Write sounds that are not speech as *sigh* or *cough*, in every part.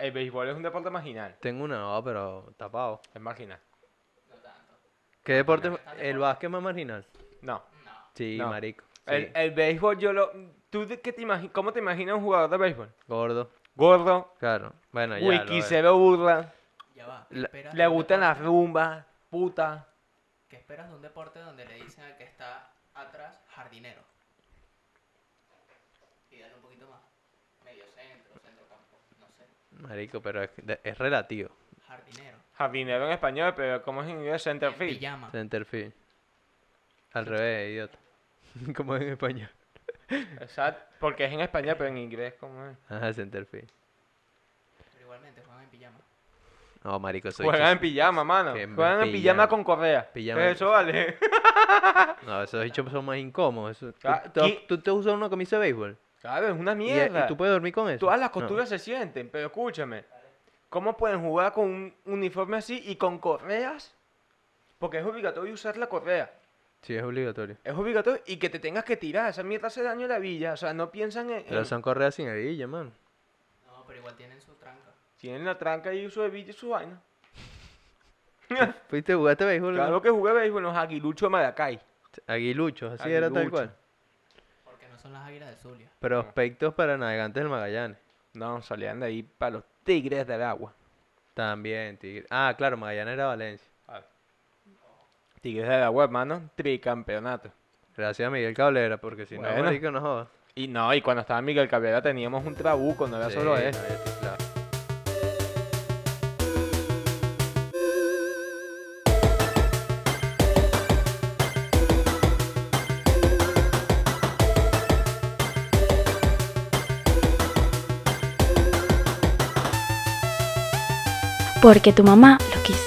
el béisbol es un deporte marginal. Tengo una, no, pero tapado. Es marginal. No tanto. ¿Qué Ah, deporte? no, no, no. ¿El básquet más marginal? No. No. Sí, No. marico. El, sí. el béisbol, yo lo. ¿Tú de qué te imagi- cómo te imaginas un jugador de béisbol? Gordo. Gordo, Claro. Bueno, ya. wiki, lo se es. ve burla, Ya va. ¿qué Le- esperas de le un gustan las deporte- rumbas, puta. ¿Qué esperas de un deporte donde le dicen al que está atrás jardinero? Y dale un poquito más. Medio centro, centro campo. No sé. Marico, pero es, de- es relativo. Jardinero. Jardinero en español, pero ¿cómo es en inglés? En Centerfield. pijama. Centerfield. Al revés, idiota. *laughs* Como en español. Exacto, porque es en español, pero en inglés, ¿cómo es? Ajá, Ah, centerfield. Pero igualmente juegan en pijama. No, marico, soy Juegan en pijama, mano. que en Juegan en pijama. pijama con correa. Pijama. Pero Eso vale. *laughs* No, esos bichos son más incómodos. eso- Ah, ¿Tú, tú- ¿qué? tú te usas una camisa de béisbol? Claro, es una ¿Y, y mierda. tú puedes dormir con eso? Todas las No. costuras se sienten, pero escúchame. ¿Cómo pueden jugar con un uniforme así y con correas? Porque es obligatorio usar la correa. Sí, es obligatorio. Es obligatorio y que te tengas que tirar. Esa mierda hace daño a la villa. O sea, no piensan en. Pero en- son correas sin hebilla, man. No, pero igual tienen su tranca. Tienen la tranca y uso de villa y su *laughs* vaina. ¿Fuiste jugaste béisbol? Claro que jugué béisbol en los aguiluchos de Maracay. Aguiluchos, así era tal Aguilucho. cual. Porque no son las águilas de Zulia. Prospectos para navegantes del Magallanes. No, salían de ahí para los tigres del agua. También, Tigre. Ah, claro, Magallanes era Valencia. Tigres del agua, hermano. Tricampeonato. Gracias a Miguel Cablera, porque si no, Bueno. marico, no jodas. Y no, y cuando estaba Miguel Cabrera teníamos un trabuco, no era Sí, solo no, eso. ya está claro. porque tu mamá lo quiso.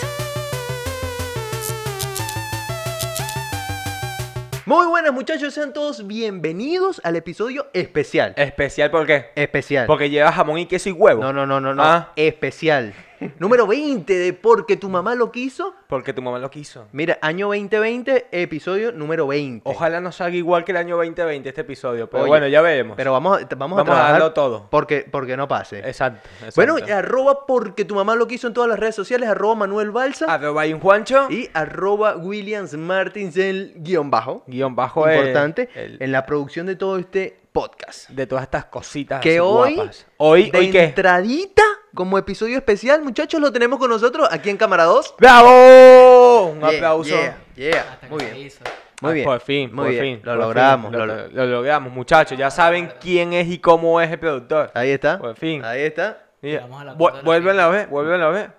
Muy buenas, muchachos. Sean todos bienvenidos al episodio especial. Especial, Eh, ¿por qué? Especial. Porque lleva jamón y queso y huevo. No, no, no, no, no. Ah. *laughs* Especial. Número 20 de Porque tu mamá lo quiso. Porque tu mamá lo quiso. Mira, año 2020, episodio número 20. Ojalá no salga igual que el año 2020 este episodio. Pero Oye, bueno, ya veremos. Pero vamos, a- vamos a Vamos a trabajar darlo todo. Porque, porque no pase. Exacto. exacto. Bueno, y arroba porque tu mamá lo quiso en todas las redes sociales, arroba Manuel Balsa Arroba y un Juancho. y arroba Williams Martins el guión bajo. guión bajo el- Importante Pues, el- en la producción de todo este podcast. de todas estas cositas así Que hoy, guapas. hoy, de hoy qué? entradita, como episodio especial, muchachos, lo tenemos con nosotros aquí en Cámara 2. ¡Bravo! Un Yeah, aplauso. yeah, yeah. Hasta que Muy la bien. hizo. Muy Ah, bien. Por fin, muy por bien. fin. Lo por fin. logramos. Lo, lo- lo logramos, muchachos. Ya saben quién es y cómo es el productor. Ahí está. Por fin. Ahí está. Mira, Vamos a la vu- cuarta de la Vuelven a ver, vuelven a ver.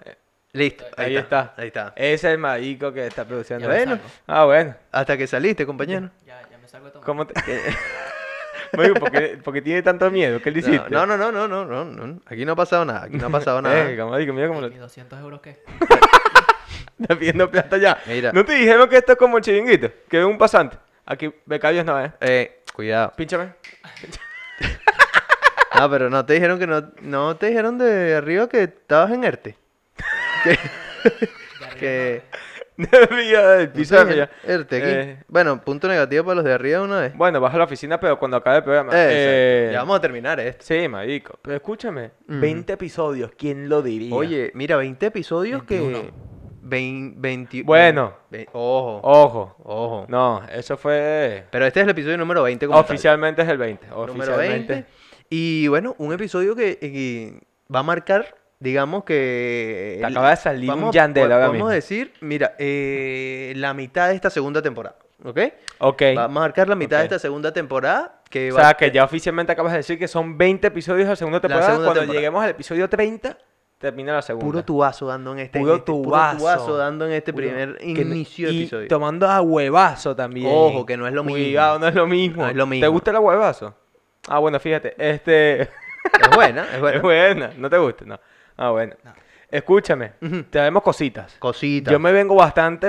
Listo. Ahí está. Ahí está. Ese es el marico que está produciendo. Ya me Bueno. salgo. Ah, bueno. Hasta que saliste, *laughs* compañero. Ya, ya me salgo de tomar. ¿Cómo te... *laughs* Marico, ¿por qué, por qué tiene tanto miedo? ¿Qué le No, hiciste? no, no, no, no, no, no. Aquí no ha pasado nada. Aquí no *laughs* ha pasado nada. Verga, marico, Eh, mira cómo ¿Y lo mis 200 euros qué? está pidiendo plata ya. Mira. ¿No te dijeron que esto es como el chiringuito? Que es un pasante. Aquí, becarios no, ¿eh? Eh, cuidado. Pínchame. *laughs* Ah, pero no te dijeron que no, no te dijeron de arriba que estabas en ERTE. Que, De arriba que- Mira, del piso de no te dijeron, arriba. ERTE aquí. Eh, Bueno, punto negativo para los de arriba de una vez. Bueno, vas a la oficina, pero cuando acabe el programa. Eh, Eh, exacto. Ya vamos a terminar esto. Sí, marico. Pero escúchame, Ujú. 20 episodios, ¿quién lo diría? Oye, mira, 20 episodios que... 21. vein- 20 Bueno. Oh. ve- ojo, Ojo. ojo. No, eso fue. Pero este es el episodio número 20 como tal. Oficialmente es el 20. número Oficialmente. 20. Y bueno, un episodio que, que va a marcar, digamos que... Te acaba de salir un Yandel po- ahora Vamos mismo. a decir, mira, eh, la mitad de esta segunda temporada, ¿ok? Ok. Va a marcar la mitad de Ok. esta segunda temporada que o va sea, que ya oficialmente acabas de decir que son 20 episodios de la segunda temporada. segunda Cuando temporada. lleguemos al episodio 30, termina la segunda. puro tubazo dando en este... Puro en este- tubazo. dando en este Puro- primer que no- inicio de y episodio. tomando a huevazo también. Ojo, que no es lo Cuidado, mismo. no es lo mismo. No es lo ¿Te mismo. gusta el huevazo? Ah, bueno, fíjate. Este. *laughs* Es buena, es buena. Es buena, no te gusta, no. Ah, bueno. No. Escúchame, Ujú. traemos cositas. Cosita. Yo me vengo bastante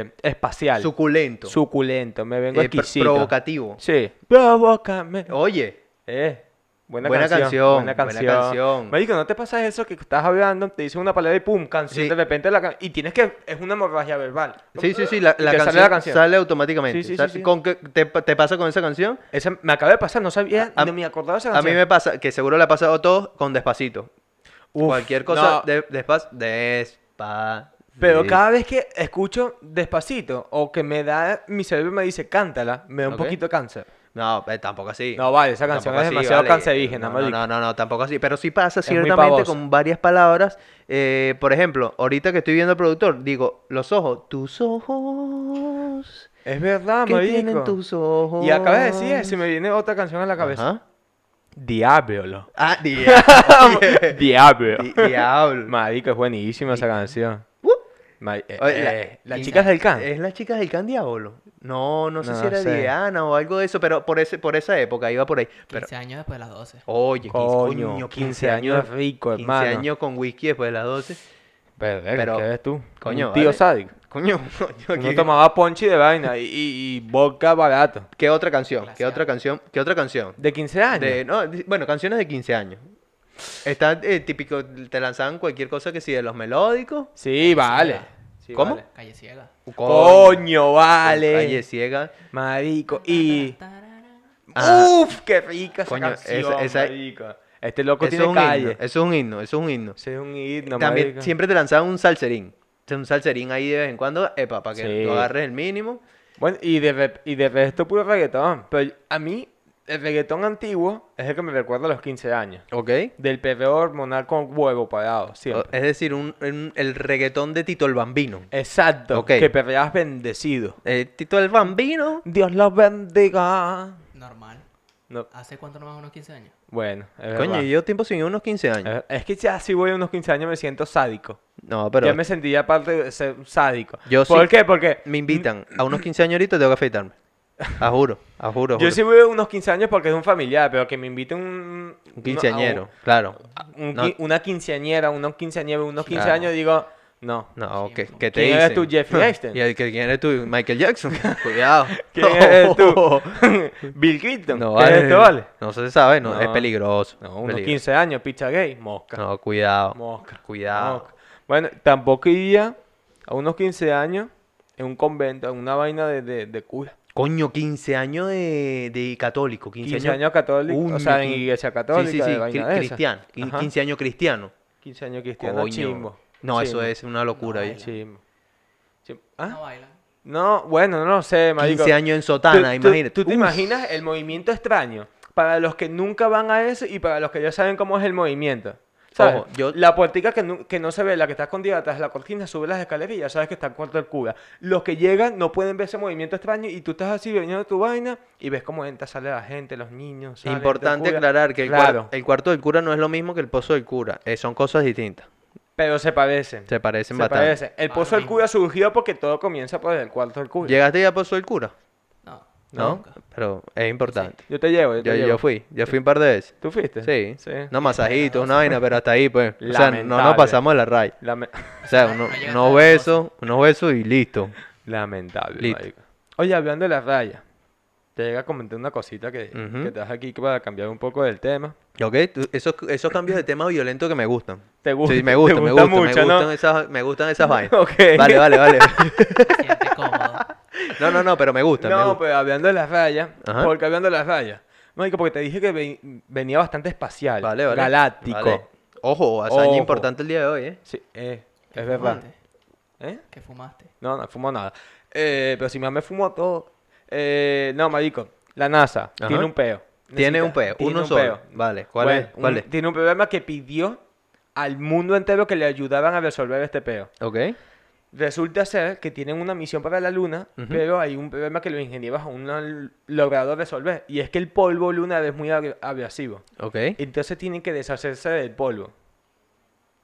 eh, espacial, Suculento. suculento, me vengo eh, pro- exquisito. provocativo. Sí. Provócame. Oye, Eh, buena, Buena canción, Buena buena canción. canción. Marico, ¿no te pasa eso que estás hablando, te dicen una palabra y pum, canción Sí. de repente la can- y tienes que es una hemorragia verbal. Sí, sí, sí, la, Y la te canción, sale la canción. automáticamente. Sí, sí, Sa- sí, sí. ¿Con qué te, pa- te pasa con esa canción? Esa me acaba de pasar, no sabía, A- no me acordaba de esa A mí canción. me pasa, que seguro le ha pasado a todos, con Despacito. Uf, Cualquier no. cosa, de, despa- despa- Pero de- cada vez que escucho despacito o que me da, mi cerebro me dice cántala, me da un Ok. poquito de cáncer. No, eh, tampoco así. No, vale, esa canción Tampoco es así, demasiado vale. cancerígena, no, no, marico. no, no, no, tampoco así. Pero sí pasa muy ciertamente pavosa. con varias palabras. Eh, por ejemplo, ahorita que estoy viendo al productor, digo, los ojos, tus ojos. Es verdad, ¿Qué Ah, marico. tienen tus ojos? Y acabas de decir eso y me viene otra canción a la cabeza. Ajá. Diablo. Ah, *laughs* *laughs* diablo. Diablo. *laughs* Di- diablo. Marico, es buenísima esa canción. Uh. Ma- eh, Oye, la- eh, las y- chicas del can. Es las chicas del Can Diablo. No, no sé No si era sé. Diana o algo de eso, pero por ese, por esa época iba por ahí. Pero, 15 años después de las 12. oye, 15, Coño, 15, años es de- rico, 15 hermano. años con whisky después de las 12. Pero, Pero- ¿qué ves tú? coño, Un tío vale. sádico. *laughs* Coño, coño, Uno aquí- tomaba ponche de vaina y, y, y vodka barato. ¿Qué otra canción? ¿Qué Glacial. otra canción? ¿Qué otra canción? ¿De 15 años? De, no, di- bueno, canciones de 15 años. Está eh, típico, te lanzaban cualquier cosa que sí, de los melódicos. Sí, vale. Sí, ¿Cómo? vale. Calle ciega. Coño, vale. Calle ciega. Marico, y... Tararara. Ah. ¡Uf! ¡Qué rica esa Coño, esa- canción, esa- marico. Este loco Eso es, tiene un himno, calle. eso es un himno, eso es un himno. Ese es un himno, También marico. siempre te lanzaban un salserín. O sea, Un salserín ahí de vez en cuando, epa, para que Sí. tú agarres el mínimo. Bueno, y de, re- y de resto puro reggaetón. Pero a mí, el reggaetón antiguo es el que me recuerda a los 15 años. Ok. Del perreo hormonal con huevo parado, siempre. Es decir, un, un- el reggaetón de Tito el Bambino. Exacto, eh, Ok. que perreabas bendecido. Eh, Tito el Bambino. Dios los bendiga. Normal. No, ¿Hace cuánto nomás unos 15 años? bueno, es Coño, verdad. yo tiempo sin ir, unos 15 años. Es- Es que ya si voy a unos 15 años me siento sádico. No, pero Ya me sentía parte de ser un sádico. Yo ¿Por sí- qué? Porque me invitan Mm. a unos 15 años ahorita tengo que afeitarme. A juro, a juro. a yo juro. sí voy a unos 15 años porque es un familiar, pero que me invite un... un uno- quinceañero, a un- claro. un No. qui- una quinceañera, unos quinceañeros, unos 15 Claro. años, digo, no. No, Sí, ¿qué, no. qué te ¿Quién dicen? eres tú, *laughs* Jeffrey Epstein? ¿Y el que- quién eres tú, Michael *laughs* Jackson? *laughs* Cuidado. ¿Quién eres *laughs* tú? Bill Clinton. No, ¿Quién vale. eres tú, vale? No se sabe, no, es No. peligroso. No, unos peligro. 15 años, pizza gay, mosca. No, cuidado. Mosca. Cuidado. mosca. Bueno, tampoco iría a unos 15 años en un convento, en una vaina de, de, de cura. Coño, 15 años de, de católico. 15, 15 años católicos, o Coño, sea, en quin- iglesia católica, Sí, sí, sí. de vaina cri- de esas. cristiano. quin- Ajá. 15 años cristiano. 15 años cristiano, Coño. chimbo. No, eso Chimbo. es una locura. No, ¿eh? es- Chimbo. Chim- ¿Ah? No bailan. No, bueno, no sé, marico. 15 años en sotana, Tú- tú- imagínate. ¿Tú, te Uf. imaginas el movimiento extraño? Para los que nunca van a eso y para los que ya saben cómo es el movimiento. ¿Sabes? Ojo, yo- La puertica que nu- que no, se ve, la que está escondida atrás de la cortina, sube las escaleras y ya sabes que está en cuarto del cura. Los que llegan no pueden ver ese movimiento extraño y tú estás así viendo tu vaina y ves cómo entra, sale la gente, los niños. salen, entra el Importante cura. aclarar que el, cuar- Claro, el cuarto del cura no es lo mismo que el pozo del cura. eh, son cosas distintas. pero se parecen. Se parecen se bastante. parecen. El Ah, pozo del mismo. cura surgió porque todo comienza por el cuarto del cura. ¿Llegaste ya al pozo del cura? No. ¿No? nunca. Pero es importante. Yo te llevo, yo te Yo, llevo. yo fui. Yo fui un par de veces. ¿Tú fuiste? Sí. No masajitos, una vaina, pero hasta ahí, pues. O sea, no nos Lamentable. pasamos de la raya. Lame- *laughs* O sea, Ah, uno- No llegaste a unos la besos, unos besos y listo. Lamentable. Listo. marico. Oye, hablando de las rayas, te llega a comentar una cosita que, Ujú. que te das aquí para cambiar un poco del tema. ¿Ok? tú- esos, esos cambios de tema violento que me gustan. ¿Te gusta? Sí, me te gustan, me gusta gustan, me, mucho, ¿no? gustan esas, me gustan *laughs* esas vainas. Ok. Vale, *laughs* vale, vale. Se siente cómodo. No, no, no, pero me gustan. me No, gustan. pero hablando de las rayas, Ajá. porque hablando de las rayas, Marico, porque te dije que ve- venía bastante espacial, Vale, vale. galáctico. Vale. Ojo, hazaña Ojo. importante el día de hoy, ¿eh? Sí, eh, ¿Qué es verdad. fumaste? ¿Eh? ¿Qué fumaste? No, no fumo nada. Eh, pero si más me fumo todo. Eh, no, marico, la NASA Ajá. tiene un peo. Tiene Necesita- un peo, tiene uno un solo. peo. Vale, ¿cuál Bueno, es? ¿Cuál un- es? Tiene un problema que pidió al mundo entero que le ayudaran a resolver este peo. Ok. Resulta ser que tienen una misión para la luna, Ujú. pero hay un problema que los ingenieros aún no han logrado resolver. Y es que el polvo lunar es muy abra- abrasivo. Ok. Entonces tienen que deshacerse del polvo.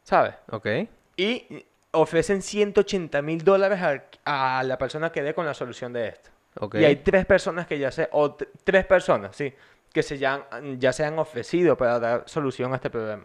¿Sabes? Ok. Y ofrecen 180 mil dólares a, a la persona que dé con la solución de esto. Ok. Y hay tres personas que ya se... O t- tres personas, sí. Que se ya, han- ya se han ofrecido para dar solución a este problema.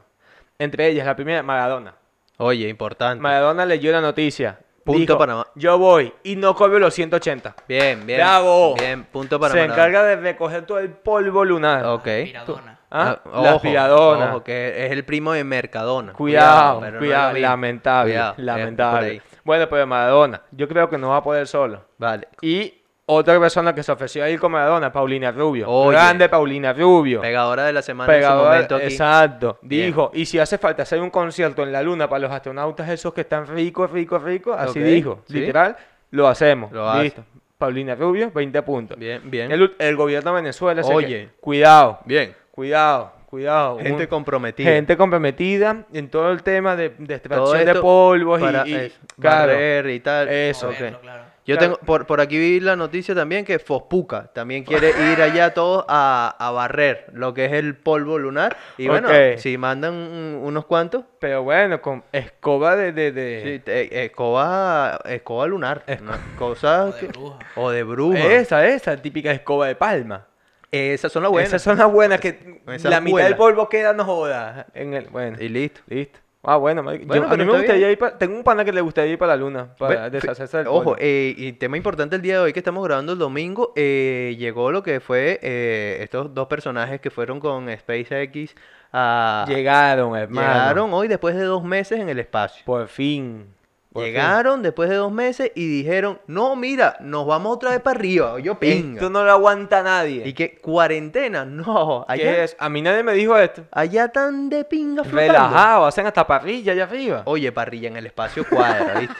Entre ellas, la primera, Maradona. Oye, importante. Maradona leyó la noticia. Punto dijo, para Ma- Yo voy y no cobro los 180. Bien, bien. Bravo. Bien, punto para se Maradona. encarga de recoger todo el polvo lunar. Ok. Aspiradona. ¿Ah? Ah, la ojo, aspiradona. Ojo, que es el primo de Mercadona. Cuidado, pero no cuidado, es lo mismo. lamentable, Cuidado, bien, por lamentable. ahí. Bueno, pero Maradona, yo creo que no va a poder solo. Vale. Y Otra persona que se ofreció a ir con Maradona, Paulina Rubio. Oye. Grande Paulina Rubio. Pegadora de la semana Pegadora, en su momento aquí. exacto. Bien. Dijo, y si hace falta hacer un concierto en la luna para los astronautas esos que están ricos, ricos, ricos, así Ok, dijo, sí. literal, lo hacemos. Lo hace. Listo. Paulina Rubio, 20 puntos. Bien, bien. El, ul- el gobierno de Venezuela, así que, Oye. cuidado, Bien. cuidado, cuidado. Gente Un- comprometida. Gente comprometida en todo el tema de, de Todo extracción de esto polvos y- para, y, eh, claro, barrer y tal. Eso, Ok. Moverlo, claro. Yo Claro. tengo, por, por aquí vi la noticia también que Fospuca *laughs* también quiere ir allá todos a, a barrer lo que es el polvo lunar. Y bueno, Ok. si mandan un- unos cuantos, Pero bueno, con escoba de... de, de- sí, te- eh, escoba, escoba lunar. ¿no? O Cosas que- de bruja. o de bruja. Esa, esa, típica escoba de palma. Esas son las buenas. Esas son las buenas que Ah, Esa la mitad vuela. del polvo queda no joda. En el, bueno, Y listo. listo. Ah, bueno, marico. Yo- Bueno, a pero mí me está gustaría bien. ir para... Tengo un pana que le gustaría ir para la luna, para Bueno, fe- deshacerse del polvo. Ojo, eh, y tema importante el día de hoy que estamos grabando el domingo, eh, llegó lo que fue eh, estos dos personajes que fueron con SpaceX a... Ah, Llegaron, hermano. Llegaron hoy después de dos meses en el espacio. Por fin. por fin. Llegaron después de dos meses y dijeron, no, mira, nos vamos otra vez para arriba, yo pinga. Esto no lo aguanta nadie. Y que cuarentena, no, ¿Qué allá, es? A mí nadie me dijo esto. allá tan de pinga flotando. Oh. Relajado, hacen hasta parrilla allá arriba. Oye, parrilla en el espacio cuadra, ¿viste?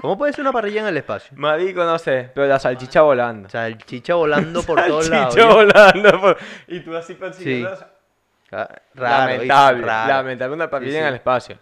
¿Cómo puede ser una parrilla en el espacio? Marico, no sé, pero la salchicha volando. Salchicha *laughs* volando por todos lados. Salchicha ¿viste? volando. por- Y tú así persiguiendo. Sí. la- Ah, Raro, ¿viste? lamentable, Raro. lamentable una parrilla Sí, sí. en el espacio.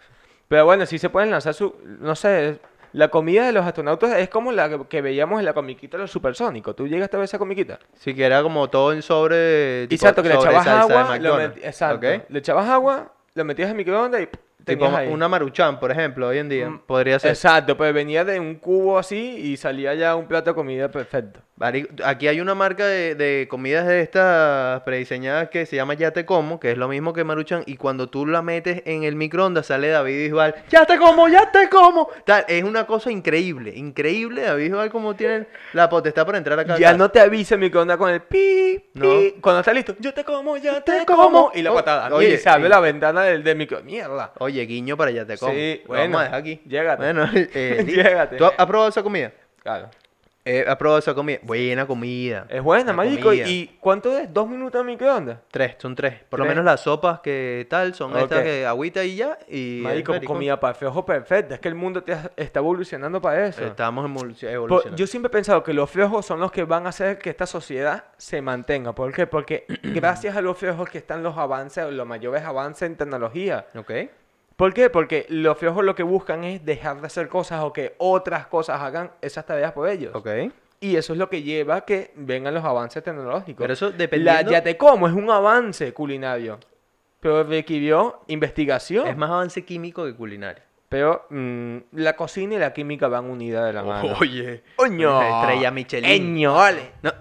Pero bueno, sí se pueden lanzar su, no sé, la comida de los astronautas es como la que- que veíamos en la comiquita de los supersónicos. Tú llegas a ver esa comiquita. Sí, que era como todo en sobre... Y tipo, exacto, que le sobre echabas salsa de agua, lo McDonald's, met- exacto, ¿ok? le echabas agua, lo metías en microondas y Tipo tenías ahí. una maruchan, por ejemplo, hoy en día. Mm, Podría ser. Exacto, pues venía de un cubo así y salía ya un plato de comida perfecto. Marico, Aquí hay una marca de, de comidas de estas prediseñadas que se llama Ya te como, que es lo mismo que Maruchan, y cuando tú la metes en el microondas sale David Bisbal, ya te como, ya te como. Tal, es una cosa increíble, increíble David Bisbal como tiene la potestad para entrar acá. Ya no te avisa el microondas con el pi, pi. No. Cuando está listo, yo te como, ya te, Te como. como. Y la O- patada. oye, y se abre y- la ventana del, del micro. Mierda. Oye, guiño para ya te como. Sí, Lo bueno, vamos a dejar aquí. llégate. *laughs* Bueno, eh, sí. Llégate. ¿Tú has has probado esa comida? Claro. Eh, ¿Has probado esa comida? Buena comida. Es buena, La marico. comida. ¿Y cuánto es? ¿Dos minutos en microondas? Tres, son tres. Por lo Tres. menos las sopas que tal son estas Ok. que agüita y ya. Y el marico, pericón. comida para feos perfecta. Es que el mundo te ha- está evolucionando para eso. Estamos emul- Por- evolucionando. yo siempre he pensado que los feos son los que van a hacer que esta sociedad se mantenga. ¿Por qué? Porque *clears throat* gracias a los feos que están los avances, los mayores avances en tecnología. Ok. ¿Por qué? Porque los feos lo que buscan es dejar de hacer cosas o que otras cosas hagan esas tareas por ellos. Ok. Y eso es lo que lleva a que vengan los avances tecnológicos. Pero eso La dependiendo... ya te como es un avance culinario. Pero requirió investigación. Es más avance químico que culinario. Pero mm, la cocina y la química van unidas de la mano. Oye. ¡Oño! Una estrella Michelin. ¡Eño, vale! No,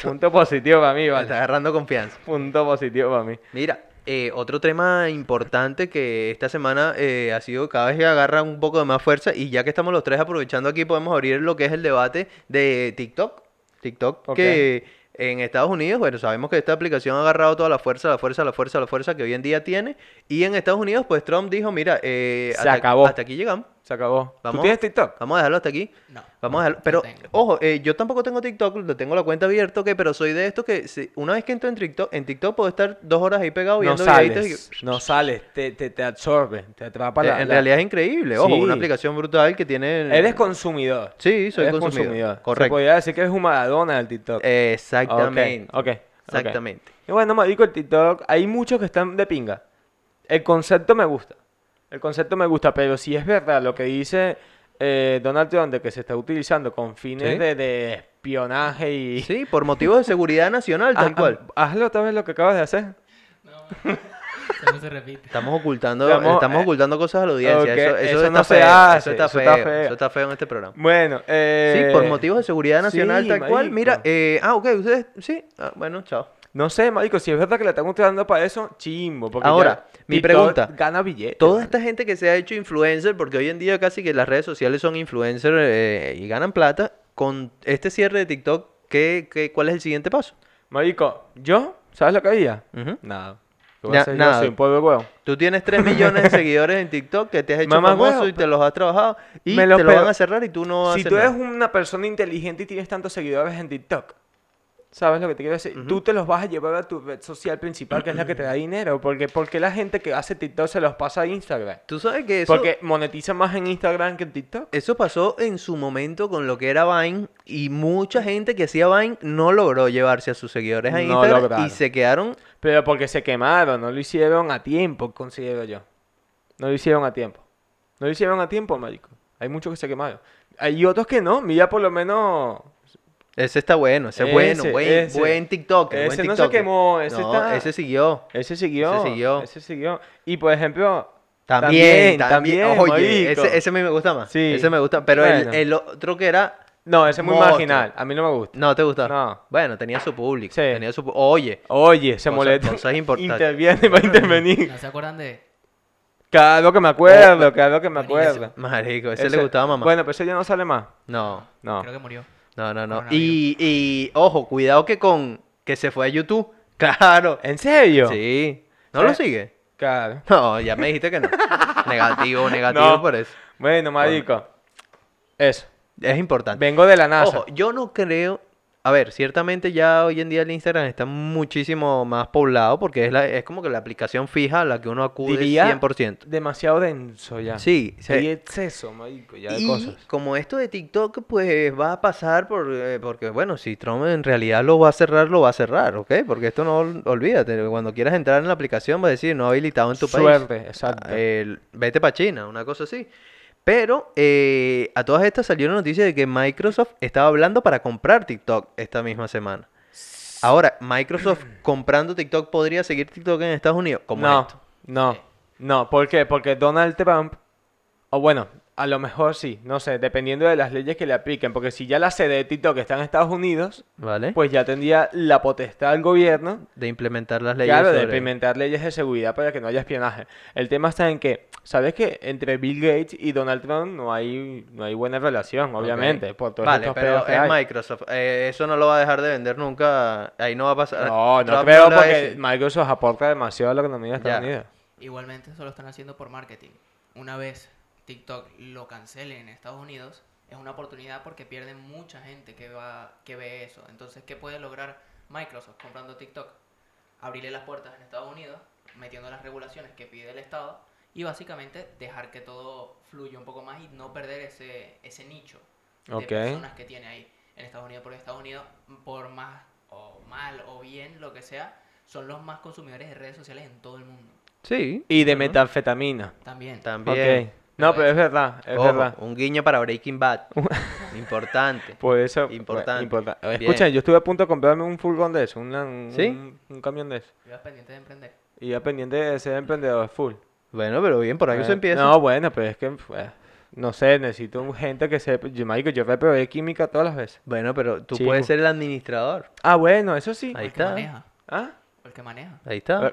Punto positivo para mí, me vale. está agarrando confianza. Punto positivo para mí. Mira, eh, otro tema importante que esta semana eh, ha sido cada vez que agarra un poco de más fuerza y ya que estamos los tres aprovechando aquí podemos abrir lo que es el debate de TikTok. TikTok Ok. que en Estados Unidos, bueno, sabemos que esta aplicación ha agarrado toda la fuerza, la fuerza, la fuerza, la fuerza que hoy en día tiene y en Estados Unidos pues Trump dijo, mira, eh, Se hasta- acabó. hasta aquí llegamos. Se acabó. ¿Tú Vamos. tienes TikTok? Vamos a dejarlo hasta aquí. No. Vamos a dejarlo. no Pero, tengo. ojo, eh, yo tampoco tengo TikTok, lo tengo la cuenta abierta, ok, pero soy de estos que si- una vez que entro en TikTok, en TikTok puedo estar dos horas ahí pegado No viendo videitos y sales. que- No sales. Te, te, te absorbe. Te atrapa Eh, la... en la- realidad es increíble, ojo, Sí. una aplicación brutal que tiene. Eres consumidor. Sí, soy Eres consumidor. Se Correcto. podría decir que eres un Maradona del TikTok. Exactamente. Ok, ok, ok. Exactamente. Y bueno, marico, el TikTok, hay muchos que están de pinga. El concepto me gusta. El concepto me gusta, pero si es verdad lo que dice eh, Donald Trump de que se está utilizando con fines Sí. de, de espionaje y... Sí, por motivos de seguridad nacional, *laughs* Haz- tal cual. haz- hazlo otra vez lo que acabas de hacer. No, eso no *laughs* se repite. Estamos ocultando, Vamos, estamos eh, ocultando cosas a la audiencia. ok, Eso, eso eso está no se feo, hace, Eso está eso feo. está feo. Eso está feo en este programa. Bueno, Sí, eh, por motivos de seguridad nacional, sí, tal cual. Mira, marico. Eh, eh, ah, ok, ustedes, sí, ah, bueno, chao. No sé, marico, si es verdad que le están utilizando para eso, chimbo. Porque Ahora, ya mi TikTok pregunta. Gana billetes. Toda marico. esta gente que se ha hecho influencer, porque hoy en día casi que las redes sociales son influencer eh, y ganan plata, con este cierre de TikTok, ¿qué, qué, ¿cuál es el siguiente paso? Marico, yo, ¿sabes lo que haría? Ujú. Nada. ¿Qué voy a Ya, hacer yo? nada. Soy un pobre huevo. Tú tienes 3 *laughs* millones de seguidores en TikTok que te has hecho Mamá, famoso huevo, y te los has trabajado y me lo te lo pego. van a cerrar y tú no si haces tú eres nada. una persona inteligente y tienes tantos seguidores en TikTok, ¿sabes lo que te quiero decir? Tú te los vas a llevar a tu red social principal, que es la que te da dinero. Porque, porque la gente que hace TikTok se los pasa a Instagram. Tú sabes que eso, Porque monetiza más en Instagram que en TikTok. eso pasó en su momento con lo que era Vine y mucha gente que hacía Vine no logró llevarse a sus seguidores a No Instagram lograron. y se quedaron Pero porque se quemaron, no lo hicieron a tiempo, considero yo. No lo hicieron a tiempo. No lo hicieron a tiempo, marico. Hay muchos que se quemaron. Hay otros que no. Mira, por lo menos... Ese está bueno, ese es bueno, Ese, buen, ese. buen TikTok. Ese no se quemó, ese no, está- ese siguió. Ese siguió. Ese siguió. Ese siguió. Y, por ejemplo... También, también. Oye, marico. ese, ese a mí me gusta más. Sí. Ese me gusta. Pero el- Bueno. el, otro que era. No, ese es muy Monstruo. marginal. A mí no me gusta. No, te gusta. No. Bueno, tenía su público. Sí. Tenía su pu- Oye. Oye, se Cosas- molesta. cosas importantes. Interviene, *laughs* va a intervenir. ¿No se acuerdan de Cada que me acuerdo, cada que me Buenísimo. acuerdo. Marico, ese, le gustaba a mamá. Bueno, pero ese ya no sale más. No, No. Creo que murió. no, no, no. Bueno, Y, y ojo, cuidado que con. Que se fue a YouTube. Claro. ¿En serio? Sí. ¿No Sí. lo sigue? Claro. ¿Eh? No, ya me dijiste que no. negativo, negativo No. por eso. Bueno, marico. Eso. Es importante. Vengo de la NASA. Ojo, yo no creo. A ver, ciertamente ya hoy en día el Instagram está muchísimo más poblado porque es, la, es como que la aplicación fija a la que uno acude Diría 100%. Demasiado denso ya. Sí, sí. Hay exceso, marico, ya de y cosas. como esto de TikTok, pues va a pasar por, eh, porque, bueno, si Trump en realidad lo va a cerrar, lo va a cerrar, ¿ok? Porque esto no, ol- olvídate, cuando quieras entrar en la aplicación va a decir no habilitado en tu país. Ah, Suerte, exacto. eh, el- vete para China, una cosa así. Pero eh, a todas estas salió la noticia de que Microsoft estaba hablando para comprar TikTok esta misma semana. Ahora, *clears throat* Microsoft comprando TikTok podría seguir TikTok en Estados Unidos. Como no, esto. Eh. no, no. ¿Por qué? Porque Donald Trump, o bueno, a lo mejor sí, no sé, dependiendo de las leyes que le apliquen. Porque si ya la sede de TikTok está en Estados Unidos, ¿Vale? pues ya tendría la potestad del gobierno de implementar las leyes. claro, de sobre- implementar leyes de seguridad para que no haya espionaje. El tema está en que, ¿sabes qué? Entre Bill Gates y Donald Trump no hay, no hay buena relación, Ok. obviamente, por todos Vale, estos pero pedos que es hay. Microsoft. eh, eso no lo va a dejar de vender nunca. Ahí no va a pasar. No, no eh, Trump creo le va a porque decir. Microsoft aporta demasiado a la economía de Estados Ya. Unidos. Igualmente eso lo están haciendo por marketing. Una vez TikTok lo cancele en Estados Unidos, es una oportunidad porque pierden mucha gente que va que ve eso. Entonces, ¿qué puede lograr Microsoft comprando TikTok? Abrirle las puertas en Estados Unidos, metiendo las regulaciones que pide el Estado y básicamente dejar que todo fluya un poco más y no perder ese ese nicho de Ok. personas que tiene ahí en Estados Unidos, porque Estados Unidos por más o mal o bien lo que sea, son los más consumidores de redes sociales en todo el mundo. Sí. Y de Ujú. metanfetamina. También. También. Ok. No, pero es verdad, es Ojo, verdad. Un guiño para *laughs* Breaking Bad. Importante. Por eso. pues, Importante. importa- Bien. Escuchen, yo estuve a punto de comprarme un furgón de eso, una- un, ¿Sí? un, un camión de eso. Ibas pendiente de emprender. Y ya pendiente de ser emprendedor full. Bueno, pero bien, por ahí se Eh, empieza. No, bueno, pero es que, pues, no sé, necesito un- gente que sepa. Yo, marico, yo reprobé química todas las veces. Bueno, pero tú Chico. puedes ser el administrador. Ah, bueno, eso sí. O Ahí el está. Que maneja. ¿Ah, o el que maneja. Ahí está.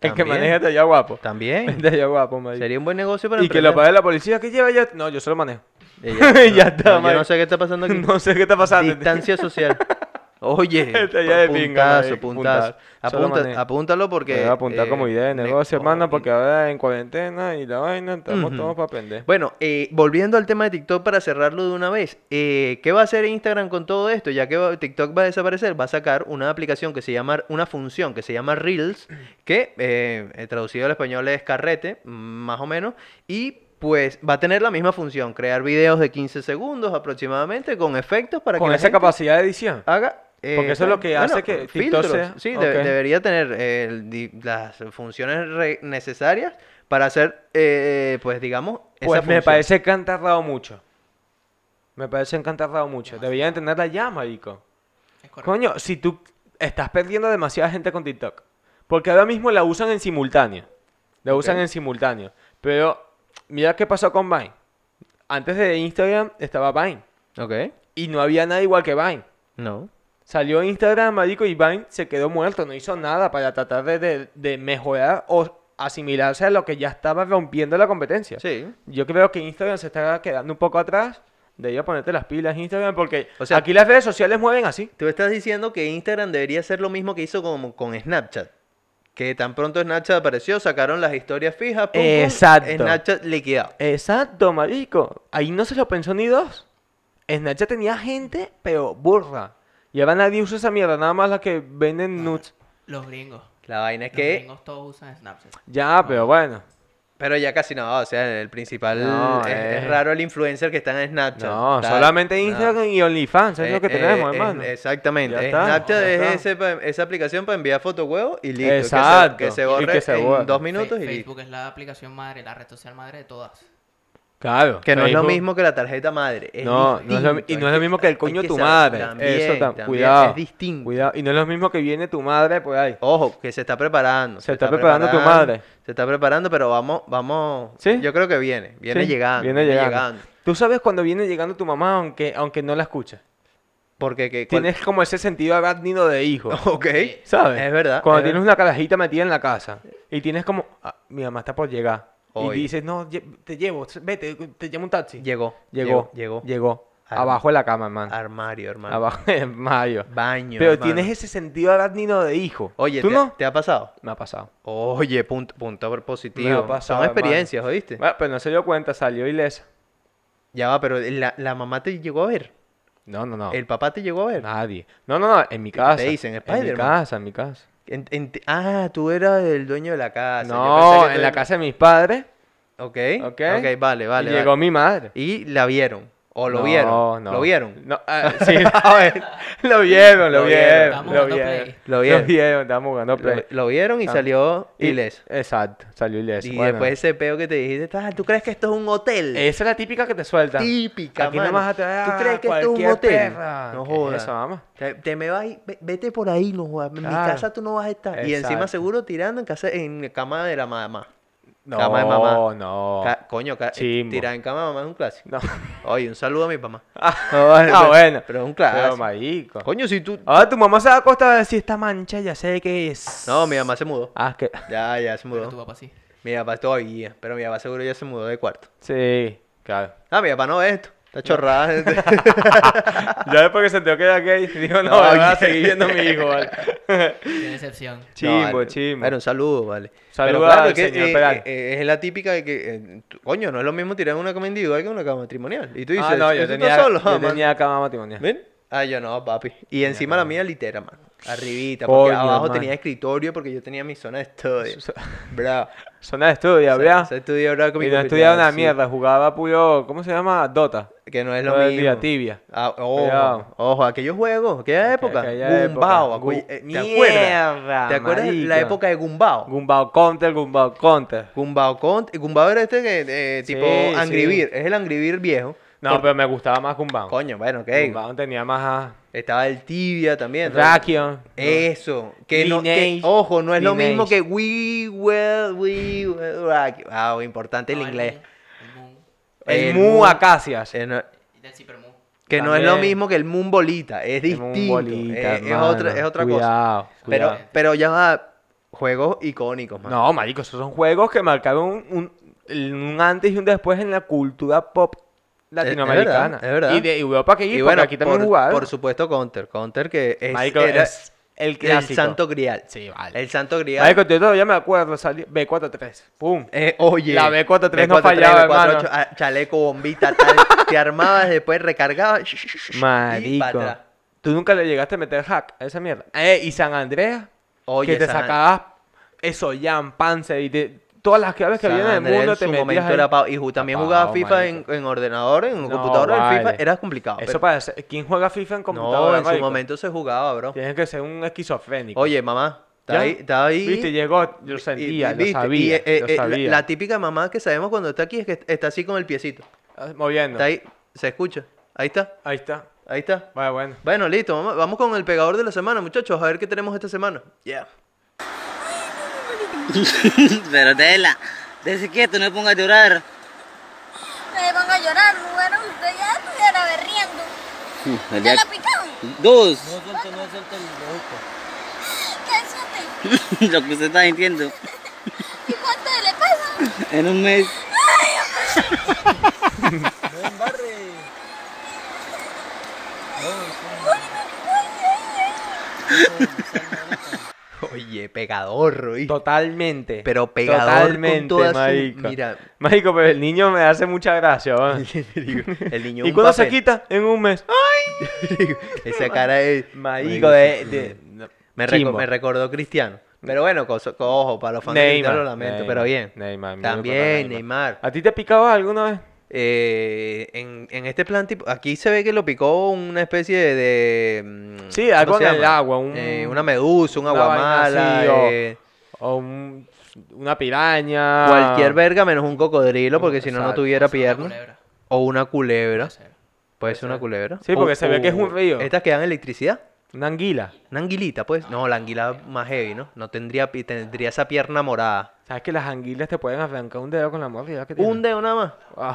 el que También. maneja está ya guapo. *laughs* También. Está ya guapo, marico. Sería un buen negocio para Y que lo emprender. pague la policía, que lleva ya? No, yo solo manejo. Y Eh, *laughs* ya está, no, yo marico. no sé qué está pasando aquí. *laughs* No sé qué está pasando. *laughs* Distancia social. Oye, Está ya de pinga, puntazo, marico, puntazo. puntazo. Solo Apunta- maneja. apúntalo Porque, porque... voy a apuntar eh, como idea de ne- negocio, hermano, oh, porque ahora en cuarentena y la vaina, estamos Ujú. todos para aprender. Bueno, eh, volviendo al tema de TikTok para cerrarlo de una vez, eh, ¿qué va a hacer Instagram con todo esto? Ya que va- TikTok va a desaparecer, va a sacar una aplicación que se llama, una función que se llama Reels, que eh, eh, traducido al español es carrete, mm, más o menos, y pues va a tener la misma función, crear videos de 15 segundos aproximadamente con efectos para Con que la esa gente capacidad de edición. haga... eh, Porque eso es lo que hace que TikTok filtros, sea- Sí, de- ok. debería tener eh, el di- las funciones re- necesarias para hacer, eh, pues digamos, esa Pues me función. parece que han tardado mucho. Me parece que han tardado mucho. Deberían tenerla ya, marico. Es correcto. Coño, si tú estás perdiendo demasiada gente con TikTok. Porque ahora mismo la usan en simultáneo. La usan Ok. en simultáneo. Pero mira qué pasó con Vine. Antes de Instagram estaba Vine. Ok. Y no había nada igual que Vine. No. Salió Instagram, marico, y Vine se quedó muerto. No hizo nada para tratar de, de- de mejorar o asimilarse a lo que ya estaba rompiendo la competencia. Sí. Yo creo que Instagram se está quedando un poco atrás. Debería ponerte las pilas Instagram porque O sea- aquí las redes sociales mueven así. Tú estás diciendo que Instagram debería hacer lo mismo que hizo como con Snapchat. Que tan pronto Snapchat apareció, sacaron las historias fijas. pum, pum, Exacto. Snapchat liquidado. Exacto, marico. Ahí no se lo pensó ni dos. Snapchat tenía gente, pero burra. Y ahora nadie usa esa mierda, nada más la que venden nudes. Los gringos. La vaina es Los que. gringos todos usan Snapchat. Ya, pero bueno. Pero ya casi no, o sea, el principal. No, es, eh. es raro el influencer que está en Snapchat. No, tal. solamente No. Instagram y OnlyFans, es lo que Eh, eh, tenemos, es- hermano. Exactamente. Ya Eh, está, Snapchat ya es está. ese pa- esa aplicación para enviar fotohuevos y listo. que se- Exacto, Que se, y borre que se en borre. dos Fe- minutos Fe- y listo. Facebook es la aplicación madre, la red social madre de todas. Claro. Que no es lo Facebook- mismo que la tarjeta madre. es No, no es lo mi- y distinto, no es lo hay que- mismo que el hay coño de tu saber- madre. también, Eso tam- también, cuidado. Es distinto. Cuidado. Y no es lo mismo que viene tu madre por ahí. Ojo, que se está preparando. Se está preparando tu madre. Se está preparando, pero vamos, vamos. ¿Sí? Yo creo que viene, viene Sí, llegando. Viene llegando. Tú sabes cuando viene llegando tu mamá, aunque, aunque no la escuchas. Porque que. cual- Tienes como ese sentido arácnido de hijo. *laughs* Ok. ¿Sabes? Es verdad. Cuando es tienes verdad. una carajita metida en la casa y tienes como, "Ah, mi mamá está por llegar. Hoy. Y dices, no, lle- te llevo, vete, te llevo un taxi. Llegó. llegó, Llegó. llegó. Arma. Abajo de la cama, hermano. Armario, hermano. Abajo de *laughs* Mario. Baño. Pero hermano. tienes ese sentido arácnido de hijo. Oye, ¿tú ¿te, no? te ha pasado? Me ha pasado. Oye, punto, punto positivo. pasado, Son hermano. experiencias, ¿oíste? Bueno, Ah, pero no se dio cuenta, salió ilesa. Ya va, pero la, la mamá te llegó a ver. No, no, no. El papá te llegó a ver. Nadie. No, no, no, en mi casa. dicen, En mi Spider-Man. casa, en mi casa. En- en- ah, tú eras el dueño de la casa. Ah, yo pensé no, que tú en la eras- casa de mis padres. Ok. Ok. Ok, vale, vale. y llegó vale. mi madre. Y la vieron. O lo No, vieron. no. Lo vieron. No, *laughs* ah, sí, a ver, lo vieron, lo Lo vieron, vieron, estábamos lo jugando vieron. play. Lo vieron. Lo vieron, estábamos jugando Lo, play. lo vieron y Ah. salió Y- ileso. Exacto, salió ileso. Y Bueno, después ese peo que te dijiste, "Ah, ¿tú crees que esto es un hotel? Esa es la típica que te sueltan. típica, Aquí mano. nomás te va ¿Tú crees que esto es un cualquier hotel? perra. No ¿Qué jodas. es eso, mamá? Te, te me vas y ve- vete por ahí, no jodas. En mi Claro. casa tú no vas a estar. Y encima Exacto. seguro tirando en casa en la cama de la mamá. No, Cama de mamá. no. Ca- coño, ca- Oh. eh, Chimbo. tirar en cama de mamá es un clásico. *laughs* No. Oye, un saludo a mi mamá. *laughs* ah, bueno. Pero es un Pero clásico. marico. coño, si tú... Ah, tu mamá se da cuenta de si esta mancha ya sé que es. No, mi mamá se mudó. Ah, que. Ya, ya se Pero tu mudó. papá sí. Mi papá todavía, pero mi papá seguro ya se mudó de cuarto. Sí, claro. Ah, mi papá no ve esto. Está chorrada. Ya después que se enteró que era gay, *laughs* dijo, no, No, me van a oye. seguir viendo a mi hijo, *laughs* ¿vale? Qué decepción. *laughs* Chimbo, No, chimbo. Pero un saludo, vale. Saludo Pero claro, al que, señor eh, Peral. eh, eh, es la típica de que, eh, tú- coño, no es lo mismo tirar en una cama individual que en una cama matrimonial. Y tú dices, ah, no, yo "Eso está tenía, solo, yo ah, man". tenía cama matrimonial. ¿Ven? Ah, yo no, papi. Y encima la mía litera, mano. Arribita, porque Coño, abajo man. tenía escritorio porque yo tenía mi zona de *laughs* estudio. Eso- Bravo. Zona de estudio, Había. había. estudio bravo con mi Y no compañero, estudiaba una sí. mierda, jugaba puro, ¿cómo se llama? Dota. Que no es lo Todo el mismo. día tibia. Ah, ojo, Cuidado. ojo, aquellos juegos, aquella época. aquella época. Gu- Gumbao. acu- eh, ¿Te acuerdas? Mierda, ¿Te acuerdas la marica. época de Gumbao? Gumbao Counter, Gumbao Counter. Gumbao con... Gumbao era este que, eh, Sí, tipo Angry sí. Bear, Es el Angry Bear viejo. No, pero me gustaba más Gumbao. Coño, bueno, ok. Gumbao tenía más a... Estaba el Tibia también. entonces- Rakion. Eso. Que no, que- Lineage. ojo, no es lo Lineage. mismo que We Will, We Will Rock You. Ah, importante el No, inglés. El moon. El el Mu Mu- Acacias. Eh, no- El del cipermoon. que no es lo También. mismo que el Moon Bolita. Es El Mu distinto. Bolita, eh, es, hermano. otra, es otra cosa. Cuidado, Pero, cuidado. pero ya va. Juegos icónicos, man. No, marico, esos son juegos que marcaron un, un- un antes y un después en la cultura pop latinoamericana. es verdad. Y de Europa que Y porque bueno, aquí también por, jugaban. por supuesto, Counter. Counter que es, Marico, era es el el clásico. santo grial. Sí, vale. El santo grial. Marico, yo todavía me acuerdo, salió B43. ¡Pum! Eh, oye. La B43 no B43, fallaba, hermano. B48, ah, chaleco, bombita, tal. te armabas, después recargabas. sh- sh- sh- sh, y pa' Marico. atrás. Tú nunca le llegaste a meter hack a esa mierda. Eh, y San Andreas. Oye, que te San- sacabas eso, Jan, Panzer y te- todas las claves que San había en el Andrés mundo te su metías momento ahí. era pavo. Y ju- también jugaba Pavo, FIFA en, marico. en ordenador, en No, computadora, en FIFA. vale. Era complicado. Eso pero- para ser- ¿Quién juega FIFA en computadora? no, en su marico? momento se jugaba, bro. Tienes que ser un esquizofrénico. Oye, mamá. ¿Ya? Estaba ahí, está ahí. Viste, llegó, yo y- y- sentía, viste, lo y, sabía, eh, eh, lo eh, la- sabía. La, típica mamá que sabemos cuando está aquí es que está así con el piecito. Ah, Moviendo. Está ahí, se escucha. Ahí está, Ahí está. ahí está. Bueno, bueno. Bueno, listo, vamos, vamos con el pegador de la semana, muchachos, a ver qué tenemos esta semana. Yeah. *laughs* Pero Tela, desde quieto, no me pongas a llorar. No me ponga a llorar, bueno, usted ya estuviera berriendo. ¿Ya la picaron? Dos, *laughs* Cállate. lo que usted está sintiendo ¿Y cuánto le pasa? en un mes. Oye, huye, pegador, ¿oíste? *laughs* Totalmente. Pero pegador con toda su- marico. Mira, Marico, pero el niño me hace mucha gracia, ¿va? *laughs* el niño ¿Y un cuándo se papel. Ah. quita? En un mes. Esa cara es... Marico, de- sí, de- sí. Me, reco- chimbo. me recordó Cristiano. Pero bueno, coso- ojo, para los fans de Neymar. Cristiano lo lamento, Neymar, pero bien. Neymar, mi También, ídolo, Neymar. ¿A ti te picaba alguna vez? Eh, en, en este plan, tipo, aquí se ve que lo picó una especie de... de, mm, Sí, ¿cómo algo se en el llama? agua, un- Eh, una medusa, un una vaina aguamala, así, o- eh, ¿O un- una piraña? cualquier verga menos un cocodrilo, porque si no, no Ah. Exacto. tuviera Puede ser una pierna. culebra, O una culebra. puede ser. Puede ser una culebra. Sí, porque se ve que es un río. Estas que dan electricidad. Una anguila. Una anguilita, pues. No, la anguila más heavy, ¿no? No tendría, pi- tendría esa pierna morada. ¿Sabes que las anguilas te pueden arrancar un dedo con la mordida que tienen? Un dedo nada más. Wow.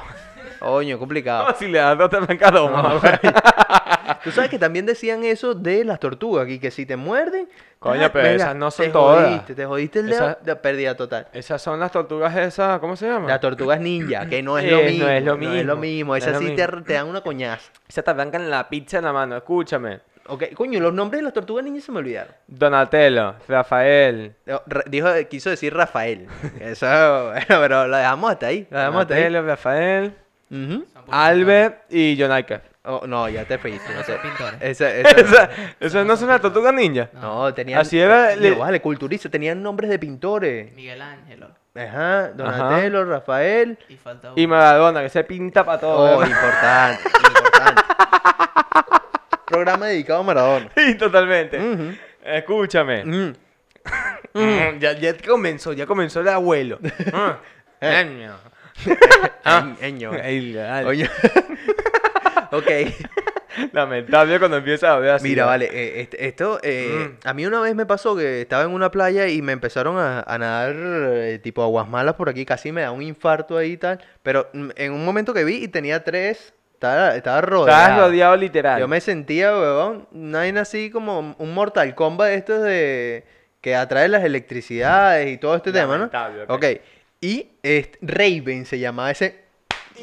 Coño, complicado. *laughs* si le das dos, te arrancas dos, mamá, güey. *laughs* Tú sabes que también decían eso de las tortugas aquí, que si te muerden. Coño, ta, pero verga, esas no son te todas. Jodiste, te jodiste el dedo, Esas- de pérdida total. Esas son las tortugas esas, ¿cómo se llama? La tortuga es ninja, que no es, Eh, lo no mismo, es lo No es lo mismo, mismo. no Esa es lo sí te, mismo. te dan una coñaza. Se te arrancan la pizza en la mano, escúchame. Ok, coño, los nombres de las tortugas ninja se me olvidaron. Donatello, Rafael. No, Ra- Dijo, quiso decir Rafael. Eso, bueno, pero lo dejamos hasta ahí. Lo dejamos hasta ahí. Donatello, Rafael, Ujú. Son poquitos. Albert y *laughs* Jonaica. Oh, no, ya te pediste. No Esos sé. son pintores. *laughs* Esa, esa- Esas no son las tortugas ninja. No, tenían. Así era, le- Digo, vale, culturista, tenían nombres de pintores. Miguel Ángelo. Ajá, Donatello, Rafael. Y falta Y uno. Maradona, que se pinta para todo. Oh, ¿verdad? *laughs* importante, importante. Programa dedicado a Maradona. Sí, totalmente. Ujú. Escúchame. Mm. Mm, Ya, ya comenzó, ya comenzó el *laughs* abuelo. Mm. Eh. Año. Ay, ñeño. Ay, dale. Oye. *laughs* ok. Lamentable cuando empieza a hablar así. Mm. Mira, ¿no? vale, eh, este- esto, eh, a mí una vez me pasó que estaba en una playa y me empezaron a, a nadar eh, tipo aguas malas por aquí, casi me da un infarto ahí y tal, pero mm, en un momento que vi y tenía tres, estaba, estaba rodeado. Estabas rodeado literal. Yo me sentía, weón, una vaina así como un Mortal Kombat de estos de... que atrae las electricidades y todo este tema, ¿no? Lamentable, ok. ok. Y este, Raven se llamaba ese...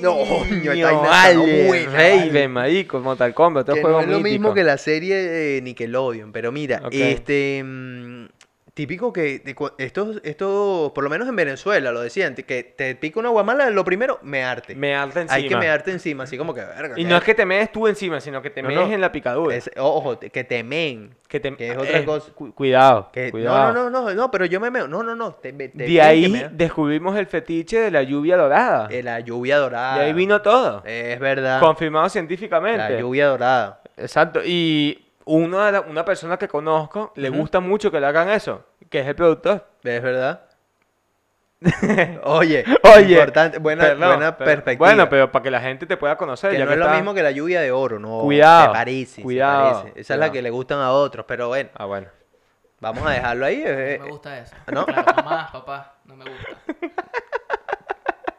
No, coño, Niño, esta vaina está vale, buena, Raven, vale. marico, Mortal Kombat, otro Que juego no es lo mismo mítico. que la serie eh, Nickelodeon, pero mira, Ok. este mm, típico que de cua- estos, estos, por lo menos en Venezuela lo decían, que te pica una guamala, lo primero, mearte. Me harta encima. Hay que mearte encima, así como que verga. Y que- no es que te mees tú encima, sino que te No, mees no. en la picadura. es- ojo, te- que temen. que, te- que es otra cosa. cu- cuidado, Que, Eh, cuidado. no, no, no, no, no, pero yo me meo. No, no, no. Te, me- te De tienes que ahí mear. descubrimos el fetiche de la lluvia dorada. Eh, la lluvia dorada. de ahí vino todo. Es verdad. Confirmado La científicamente. lluvia dorada. Exacto. Y una, de la- una persona que conozco le gusta mucho que le hagan eso, que es el productor. ¿Es *laughs* verdad? Oye, Oye, importante, buena, perdón, buena pero- perspectiva. Bueno, pero para que la gente te pueda conocer. que ya no es lo está- mismo que la lluvia de oro, no. Cuidado, Se parece, se cuidado, parece. Esa es la cuidado. que le gustan a otros, pero bueno, Ah, bueno. vamos a dejarlo ahí. eh, No me gusta eso. ¿no? Claro, mamá, papá, no me gusta.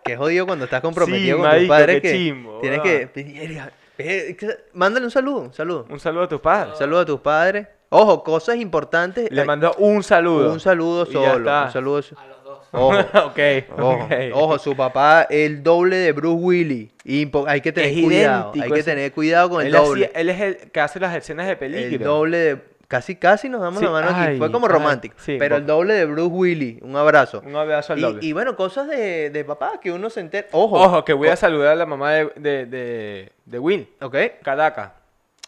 que jodido cuando estás comprometido Sí, con tus marico, padres qué que chimbo, tienes ¿verdad? que Verga, verga, mándale un saludo, un saludo. Un saludo a tus padres. Un saludo a tus padres. Ojo, cosas importantes. Le eh, mandó un saludo. un saludo Y ya solo, está. un saludo. so- A los dos. Ojo. *laughs* ok. Ojo, ok. ojo, su papá el doble de Bruce Willis. Impo- hay que tener Es cuidado. Hay idéntico que ese- tener cuidado con el Él, doble. hacía- él es el que hace las escenas de peligro. El doble de. Casi, casi nos damos Sí, la mano aquí. ay, Fue como ay, romántico. sí, pero el poco. doble de Bruce Willis. Un abrazo. Un abrazo al y, doble. y bueno, cosas de, de papá que uno se entera. Ojo. Ojo, que voy a Co- saludar a la mamá de, de, de, de Will. Ok. Caracas.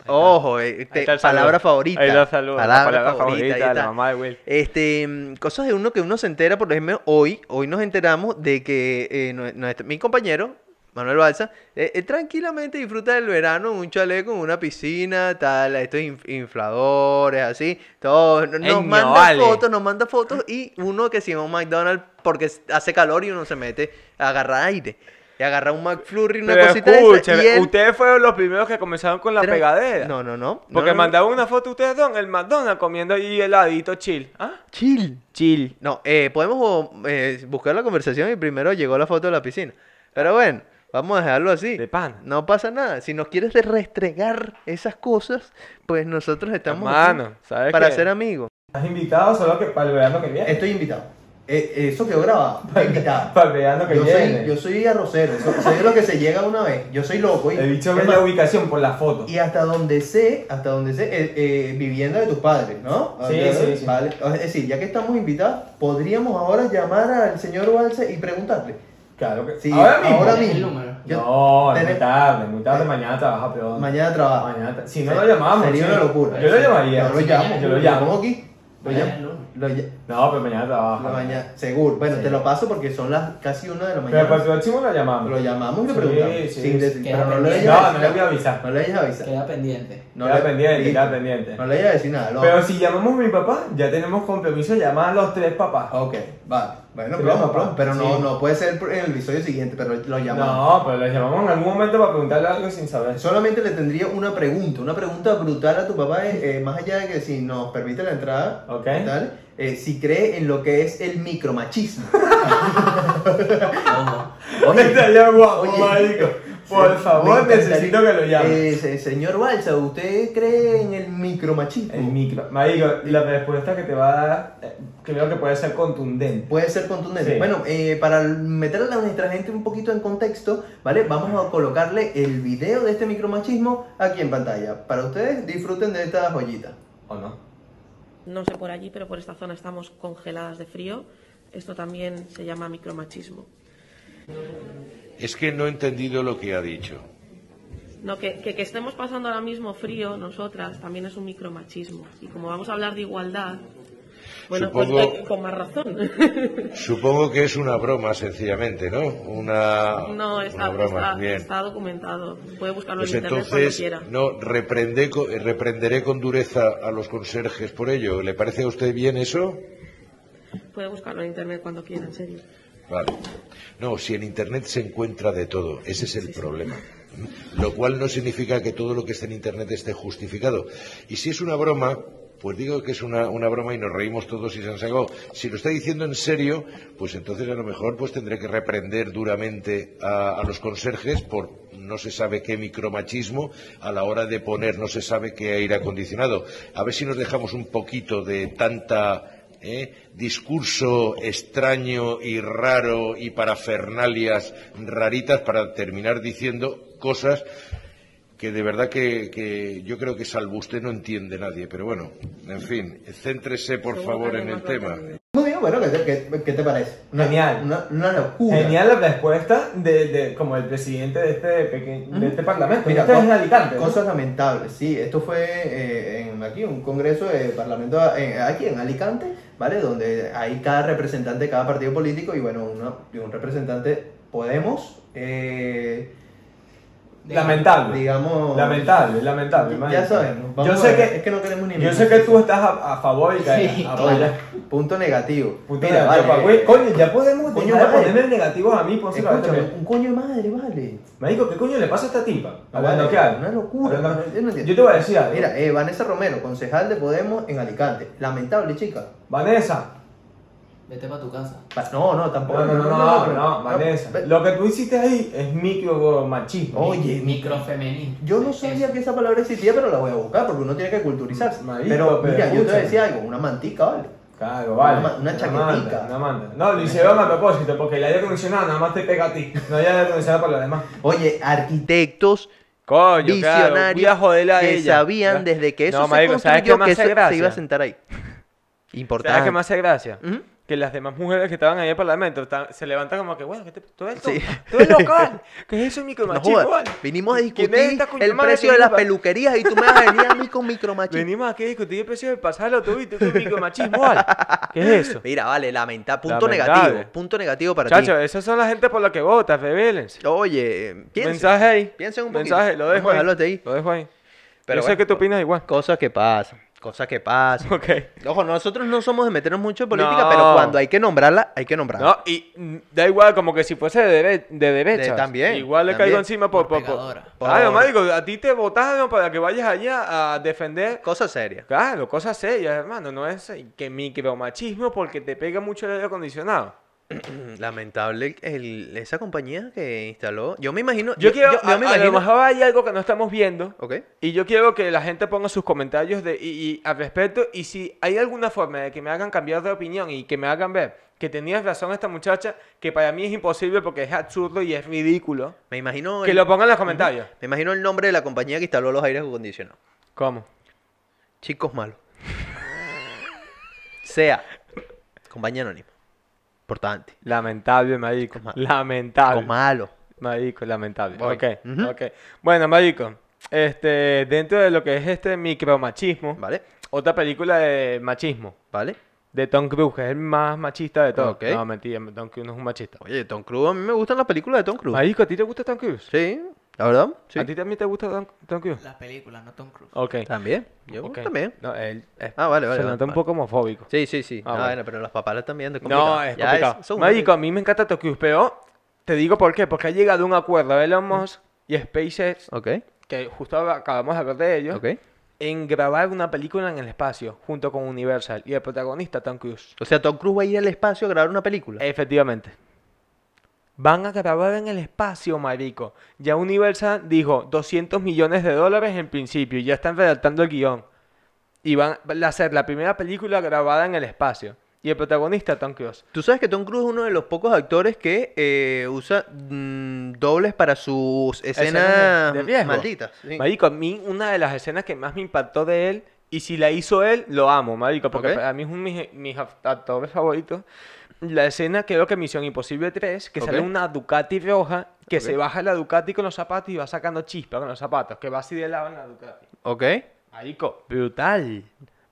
Ojo. eh, te- Ahí está el saludo. palabra favorita. Ahí está el saludo, la Palabra, palabra favorita. favorita ahí de la está. mamá de Will. Este, mm, cosas de uno que uno se entera, por ejemplo, hoy. Hoy nos enteramos de que eh, nue- nuestro- mi compañero. Manuel Balsa, eh, él tranquilamente disfruta del verano en un chaleco, en una piscina, tal, estos inf- infladores, así, todo, no- nos Eño, manda vale. fotos, nos manda fotos y uno que si va a un McDonald's porque s- hace calor y uno se mete a agarrar aire. Y agarra un McFlurry, una Pero cosita de esa, escúcheme, y él- ustedes fueron los primeros que comenzaron con la tra- pegadera. No, no, no. no, Porque no, no. mandaban una foto ustedes dos en el McDonald's comiendo ahí heladito chill. ¿Ah? Chill. Chill. No, eh, podemos o, eh, buscar la conversación y primero llegó la foto de la piscina. Pero bueno, vamos a dejarlo así. De pana. No pasa nada. Si nos quieres de- restregar esas cosas, pues nosotros estamos aquí Hermano, ¿sabes para qué? ser amigos. Estás invitado solo que para el verano que viene. Estoy invitado. Eh, eso *laughs* quedó grabado. para invitar. Para el verano que yo, viene. soy, yo soy arrocero, eso, soy de lo que se llega una vez. Yo soy loco. Y, He dicho es ver más, la ubicación por la foto. y hasta donde sé, hasta donde sé, eh, eh, vivienda de tus padres, ¿no? Sí, Ah, sí, sí. Vale. Es decir, ya que estamos invitados, podríamos ahora llamar al señor Valse y preguntarle. Claro que Sí, Ahora mismo. Ahora El mismo. número. Yo- No, es muy tenés- tarde, muy tarde. Mañana trabaja peor. Mañana trabajo. Mañana tra- Si no lo llamamos. Sería si una no- locura. Yo lo llamaría. Yo lo llamo. Yo lo llamo. aquí. Lo Mañana es llamo. lunes. Lo ll- No, pero mañana trabaja. la mañana. Seguro. Bueno, Sí. te lo paso porque son las casi una de Pero la para el mañana. próximo lo llamamos. Lo llamamos y le Sí, preguntamos. sí, Sin sí. decir- Pero no le No, vayas No, a no le voy a decir avisar. nada. No le vayas a avisar. Queda pendiente. No queda le- pendiente, listo. queda pendiente. No le vayas a decir nada. loco. Pero si llamamos a mi papá, ya tenemos compromiso de llamar a los tres papás. Ah, Ok, vale. Bueno, Sí, pronto, papá. pronto. Pero no, Sí. no puede ser en el episodio siguiente, pero lo llamamos. No, pero los llamamos en algún momento para preguntarle algo sin saber. Solamente le tendría una pregunta, una pregunta brutal a tu papá, eh, eh, más allá de que si nos permite la entrada, Ok. tal, eh, si cree en lo que es *laughs* el micromachismo. Ojo. Estaría guapo, Oye. oh, eh, marico. Sí, Por me favor, encantaría. necesito que lo llame. Eh, se- señor Balsa, ¿usted cree en el micromachismo? El micro. Marico, la respuesta que te va a dar, eh, creo que puede ser contundente. Puede ser contundente. Sí. Bueno, eh, para meter a nuestra gente un poquito en contexto, ¿vale? Vamos a colocarle el video de este micromachismo aquí en pantalla. Para ustedes, disfruten de esta joyita. ¿O no? No sé por allí, pero por esta zona estamos congeladas de frío. Esto también se llama micromachismo. Es que no he entendido lo que ha dicho. No, que, que, que estemos pasando ahora mismo frío, nosotras, también es un micromachismo. Y como vamos a hablar de igualdad, bueno, pues Supongo- eh, con más *laughs* razón. Supongo que es una broma, sencillamente, ¿no? Una, no, una está, broma. está, Bien. está documentado. Puede buscarlo pues en internet cuando entonces, quiera. no, reprendé co- eh, reprenderé con dureza a los conserjes por ello. ¿Le parece a usted bien eso? Puede buscarlo en internet cuando quiera, en serio. Vale. No, si en Internet se encuentra de todo, ese es el problema. Lo cual no significa que todo lo que esté en Internet esté justificado. Y si es una broma, pues digo que es una, una broma y nos reímos todos y se han sacado. Si lo está diciendo en serio, pues entonces a lo mejor pues tendré que reprender duramente a, a los conserjes por no se sabe qué micromachismo a la hora de poner no se sabe qué aire acondicionado. A ver si nos dejamos un poquito de tanta ¿eh? discurso extraño y raro y parafernalias raritas para terminar diciendo cosas que de verdad que, que yo creo que salvo usted no entiende nadie. Pero bueno, en fin, céntrese por Seguro favor que en el además lo tema. entendí. Muy bien, bueno, ¿qué te, qué- qué te parece? Una- Genial. Una, una locura. Genial la respuesta de, de- como el presidente de este peque- de este parlamento. Mira, este es co- en Alicante. ¿no? Cosas lamentables, sí. Esto fue eh, en, aquí, un congreso de parlamento a- en- aquí en Alicante, ¿vale? Donde hay cada representante de cada partido político y bueno, uno, y un representante Podemos. eh, Lamentable. Digamos. Lamentable, lamentable. Ya imagínate. sabemos. vamos Yo a sé ver, es que, que no queremos ni. yo sé que tú estás a, a favor y que Sí, apoyas. Punto negativo. Puta, Ah, Mira, yo vale, pa' güey, coño, ya podemos Coño, dejar de vale. ponerme negativos a mí, pónselo a Escúchame, este. un coño de madre, vale. Marico, ¿qué coño le pasa a esta tipa? Ah, Vale, Hablando claro. Una locura. Hablando- no- yo no entiendo. Yo te voy a decir algo. Mira, eh, Vanessa Romero, concejal de Podemos en Alicante. Lamentable, chica. Vanessa. Vete para tu casa. Pa- No, no, tampoco. No, no, no, no, no, ve- Vanessa. Lo que tú hiciste ahí es micromachismo. Oye, micro. Microfemenino. Yo no sabía que esa palabra existía, pero la voy a buscar porque uno tiene que culturizarse. Marico, pero, pero mira, yo te escúchame. decía algo, una mantica, ¿vale? Claro, vale. Una ma- una chaquetica. manta, Una manta. No, lo hicieron a propósito, porque el aire acondicionado nada más te pega a ti. No hay aire acondicionado para los demás. Oye, arquitectos Coño, visionarios que sabían desde que eso se construyó que eso- se iba a ¿Mm? sentar ahí. Importante. ¿Sabes qué me hace gracia? Ujú. Que las demás mujeres que estaban ahí en el parlamento ta- se levantan como que, bueno, ¿qué te, todo esto, Sí. todo es local. *laughs* ¿Qué es eso, No micromachismo? jodas, vale? vinimos a ¿Quién es discutir esta coño el madre precio que de las iba? peluquerías y tú me vas a venir a mí con micromachismo. Venimos aquí a discutir el precio del pasado, tú y tú, tú micromachismo, *laughs* vale. ¿Qué es eso? Mira, vale, lamenta, punto Lamentable. negativo, punto negativo para Chacho, esas son la gente por la que votas, rebelense. ti. Oye, piensen, Mensaje ahí. piensen un poquito. Mensaje, lo dejo Vamos a ahí. dejarlo hasta ahí. Lo dejo ahí. Pero Yo sé bueno, que tú opinas igual. *laughs* Cosas que pasan, cosas que pasan. Ok. Ojo, nosotros no somos de meternos mucho en política, No. pero cuando hay que nombrarla, hay que nombrarla. No, y mm, da igual, como que si fuese de, dere- de derecha. De- también, Igual le también. caigo encima por Por poco. pecadora. Claro, Por- marico, a ti te votaron para que vayas allá a defender. Cosas serias. Claro, cosas serias, hermano. No es que micromachismo porque te pega mucho el aire acondicionado. Mm, Lamentable el- esa compañía que instaló. Yo me imagino. Yo quiero, yo a, me a lo imagino- mejor hay algo que no estamos viendo Ok. y yo quiero que la gente ponga sus comentarios de, y, y al respecto y si hay alguna forma de que me hagan cambiar de opinión y que me hagan ver que tenías razón esta muchacha, que para mí es imposible porque es absurdo y es ridículo, Me imagino. que el- lo pongan en los comentarios. Me imagino el nombre de la compañía que instaló los aires acondicionados. ¿Cómo? *laughs* Chicos malos. sea. Compañía anónima. Importante. Lamentable, marico. Coma- Lamentable. Chicos malos. Marico, lamentable. Voy. Ok, Ujú. ok. Bueno, marico, este, dentro de lo que es este micromachismo, ¿Vale? otra película de machismo. ¿Vale? De Tom Cruise, que es el más machista de todos. Ok. No, mentira, Tom Cruise no es un machista. Oye, Tom Cruise, a mí me gustan las películas de Tom Cruise. Marico, ¿a ti te gusta Tom Cruise? Sí, la verdad. Sí. ¿A ti también te gusta Tom, Tom Cruise? Las películas, no Tom Cruise. Ok. También. Yo ok. también. No, él es- Ah, vale, vale. se vale, nota un vale. poco homofóbico. Sí, sí, sí. Ah, Ah, bueno. bueno, pero los papeles también. Es complicado. No, es Ya complicado. son unos- Marico, a mí me encanta Tom Cruise, pero te digo por qué. Porque ha llegado un acuerdo de Mm. Elon Musk y SpaceX, Ok, que justo acabamos de hablar de ellos, ok. en grabar una película en el espacio, junto con Universal. Y el protagonista, Tom Cruise. O sea, Tom Cruise va a ir al espacio a grabar una Eh. película. Efectivamente. Van a grabar en el espacio, marico. Ya Universal dijo 200 millones de dólares en principio y ya están redactando el guión. Y van a hacer la primera película grabada en el espacio. Y el protagonista, Tom Cruise. Tú sabes que Tom Cruise es uno de los pocos actores que eh, usa mm, dobles para sus escenas Escenas de- de riesgo. malditas. sí. Marico, a mí una de las escenas que más me impactó de él, y si la hizo él, lo amo, marico, porque Ok. para mí es uno de mis, mis actores favoritos. La escena creo que Misión Imposible 3, que Ok. sale una Ducati roja, que se Ok. baja la Ducati con los zapatos y va sacando chispa con los zapatos, que va así de lado en la Ducati. Ok. Marico, brutal,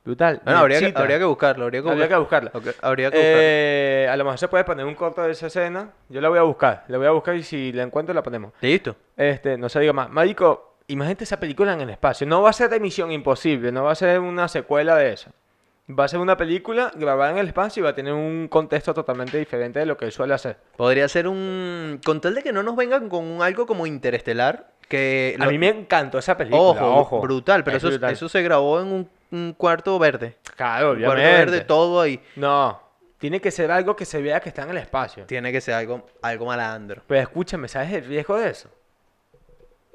brutal. Bueno, me habría que, excita. habría que buscarlo. Habría que Habría que buscarlo. buscarla. Ok, habría que Eh, a lo mejor se puede poner un corto de esa escena. Yo la voy a buscar. La voy a buscar y si la encuentro la ponemos. buscarlo. Listo. Este, no se diga más. Marico, imagínate esa película en el espacio. No va a ser de Misión Imposible, no va a ser una secuela de esa. Va a ser una película grabada en el espacio y va a tener un contexto totalmente diferente de lo que él suele hacer. Podría ser un... Con tal de que no nos vengan con un algo como interestelar, que... A lo- mí me encantó esa película. Ojo, Ojo, brutal. Pero Es eso, brutal. eso se grabó en un, un cuarto verde. Claro, Un cuarto obviamente. verde, todo ahí. No, tiene que ser algo que se vea que está en el espacio. Tiene que ser algo, algo malandro. Pero escúchame, ¿sabes el riesgo de eso?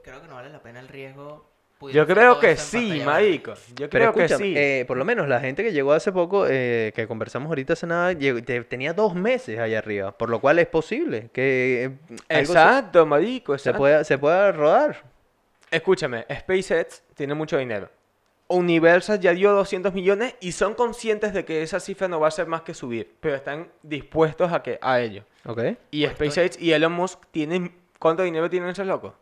Creo que no vale la pena el riesgo. Yo pudiendo hacer creo todo que eso en sí, pantalla verde. marico. Yo Pero creo que escúchame, sí. eh, por lo menos la gente que llegó hace poco, eh, que conversamos ahorita hace nada, llegó- te- tenía dos meses allá arriba, por lo cual es posible que eh, algo se- Exacto, marico. se, exacto. pueda, se pueda rodar. Escúchame, SpaceX tiene mucho dinero. Universal ya dio 200 millones y son conscientes de que esa cifra no va a ser más que subir, pero están dispuestos a que a ello. Ok. Y SpaceX y Elon Musk tienen cuánto dinero tienen esos locos?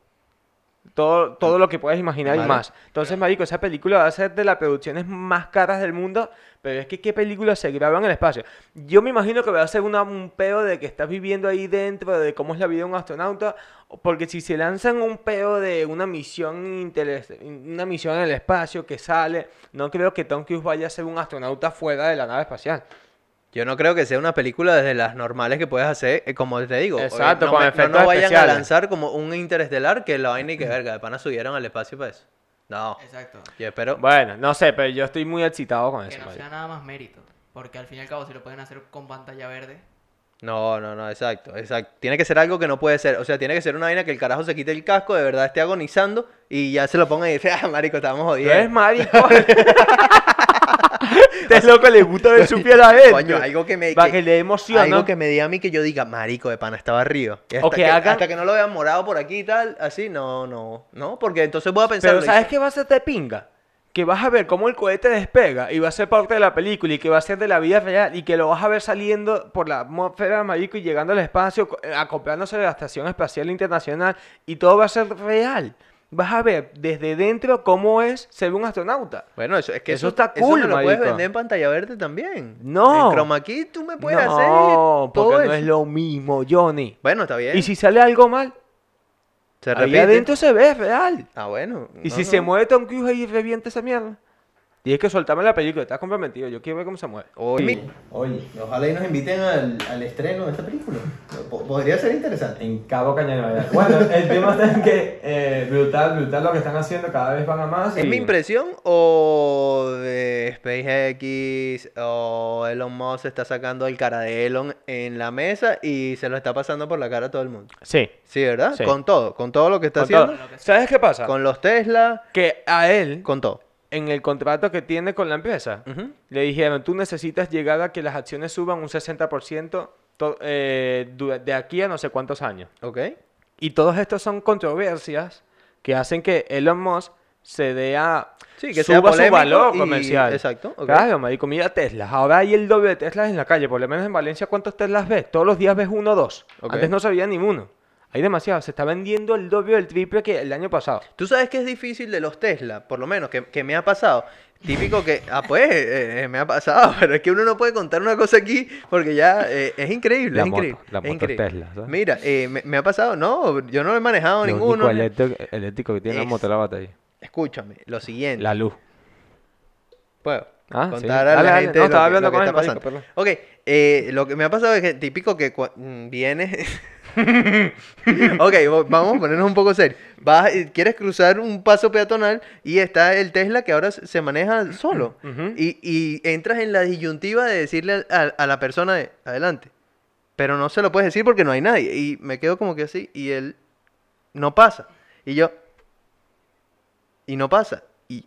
Todo, todo lo que puedes imaginar y Vale. más. Entonces, marico, esa película va a ser de las producciones más caras del mundo, pero es que qué película se graba en el espacio. Yo me imagino que va a ser una, un peo de que estás viviendo ahí dentro, de cómo es la vida de un astronauta, porque si se lanzan un peo de una misión interes- una misión en el espacio que sale, no creo que Tom Cruise vaya a ser un astronauta fuera de la nave espacial. Yo no creo que sea una película desde las normales que puedes hacer, eh, como te digo. eh, Exacto, no con me- no efectos nos vayan especiales. a lanzar como un interestelar que la vaina y que verga, de pana subieron al espacio para eso. No, Exacto. yo espero. Bueno, no sé, pero yo estoy muy excitado con Que eso. no marico. sea nada más mérito. Porque al fin y al cabo, si lo pueden hacer con pantalla verde, No, no, no, exacto, exacto. Tiene que ser algo que no puede ser. O sea, tiene que ser una vaina que el carajo se quite el casco, de verdad esté agonizando y ya se lo ponga y dice, ah, marico, estábamos No jodiendo. es marico. *laughs* Este loco le gusta ver su piel a él. Coño, algo que me. Para que le emociona. Algo que me diga a mí que yo diga, marico, de pana estaba arriba. Y hasta, O que hagan- hasta que no lo vean morado por aquí y tal, así, no, no, no, porque entonces voy a pensar. Pero ¿sabes qué va a ser de pinga? Que vas a ver cómo el cohete despega y va a ser parte de la película y que va a ser de la vida real y que lo vas a ver saliendo por la atmósfera, marico, y llegando al espacio, co- eh, acoplándose a la Estación Espacial Internacional y todo va a ser real. Vas a ver desde dentro cómo es ser un astronauta. Bueno, eso es que Eso eso, está eso cool, me lo puedes marico. vender en pantalla verde también. No. En chroma key tú me puedes hacer no, todo porque no eso. es lo mismo, Johnny. Bueno, está bien. Y si sale algo mal, se ahí repite. adentro se ve es real. Ah, bueno. Y no, si no. se mueve Tom Cruise ahí revienta esa mierda. Tienes que soltarme la película, estás comprometido. Yo quiero ver cómo se mueve. Oye, Oye, ojalá y nos inviten al, al estreno de esta película. Po- podría ser interesante. En Cabo Cañaveral. Bueno, el tema está en que eh, brutal, brutal lo que están haciendo, cada vez van a más. ¿es y- mi impresión o de SpaceX o Elon Musk está sacando el cara de Elon en la mesa y se lo está pasando por la cara a todo el mundo? Sí. Sí, ¿verdad? Sí. Con todo, con todo lo que está con haciendo. todo. ¿Sabes qué pasa? Con los Tesla, Que a él, con todo. en el contrato que tiene con la empresa, Ujú. le dijeron, tú necesitas llegar a que las acciones suban un 60% to- eh, dura- de aquí a no sé cuántos años. Ok. Y todos estos son controversias que hacen que Elon Musk se dé a... Sí, que sea suba su polémico valor y- comercial. exacto, ok. Claro, marico, mira Tesla. Ahora hay el doble de Teslas en la calle. Por lo menos en Valencia, ¿cuántos Teslas ves? Todos los días ves uno o dos. Ok. Antes no se veía ninguno. Hay demasiado. Se está vendiendo el doble o el triple que el año pasado. Tú sabes que es difícil de los Tesla, por lo menos, que, que me ha pasado. Típico que, ah, pues, eh, eh, me ha pasado, *laughs* pero es que uno no puede contar una cosa aquí porque ya eh, es increíble, La es moto, increíble. la es moto increíble. Tesla, ¿sabes? Mira, eh, me, me ha pasado, no, yo no he manejado ninguno. ni- eléctrico que tiene la Es- moto, la batalla. Escúchame, lo siguiente. luz. Puedo Ah, sí. contar a Dale, la dale. gente No, lo estaba que- hablando lo que con está él, marico, pasando. Ok, eh, lo que me ha pasado es que típico que cua- mm, vienes... *laughs* ok, vo- vamos a ponernos un poco serio. Vas, eh, quieres cruzar un paso peatonal y está el Tesla que ahora se se maneja solo. Ujú. y, y entras en la disyuntiva de decirle al- al- a, la persona de, adelante. Pero no se lo puedes decir porque no hay nadie. Y me quedo como que así y él no pasa. Y yo... Y no pasa. Y,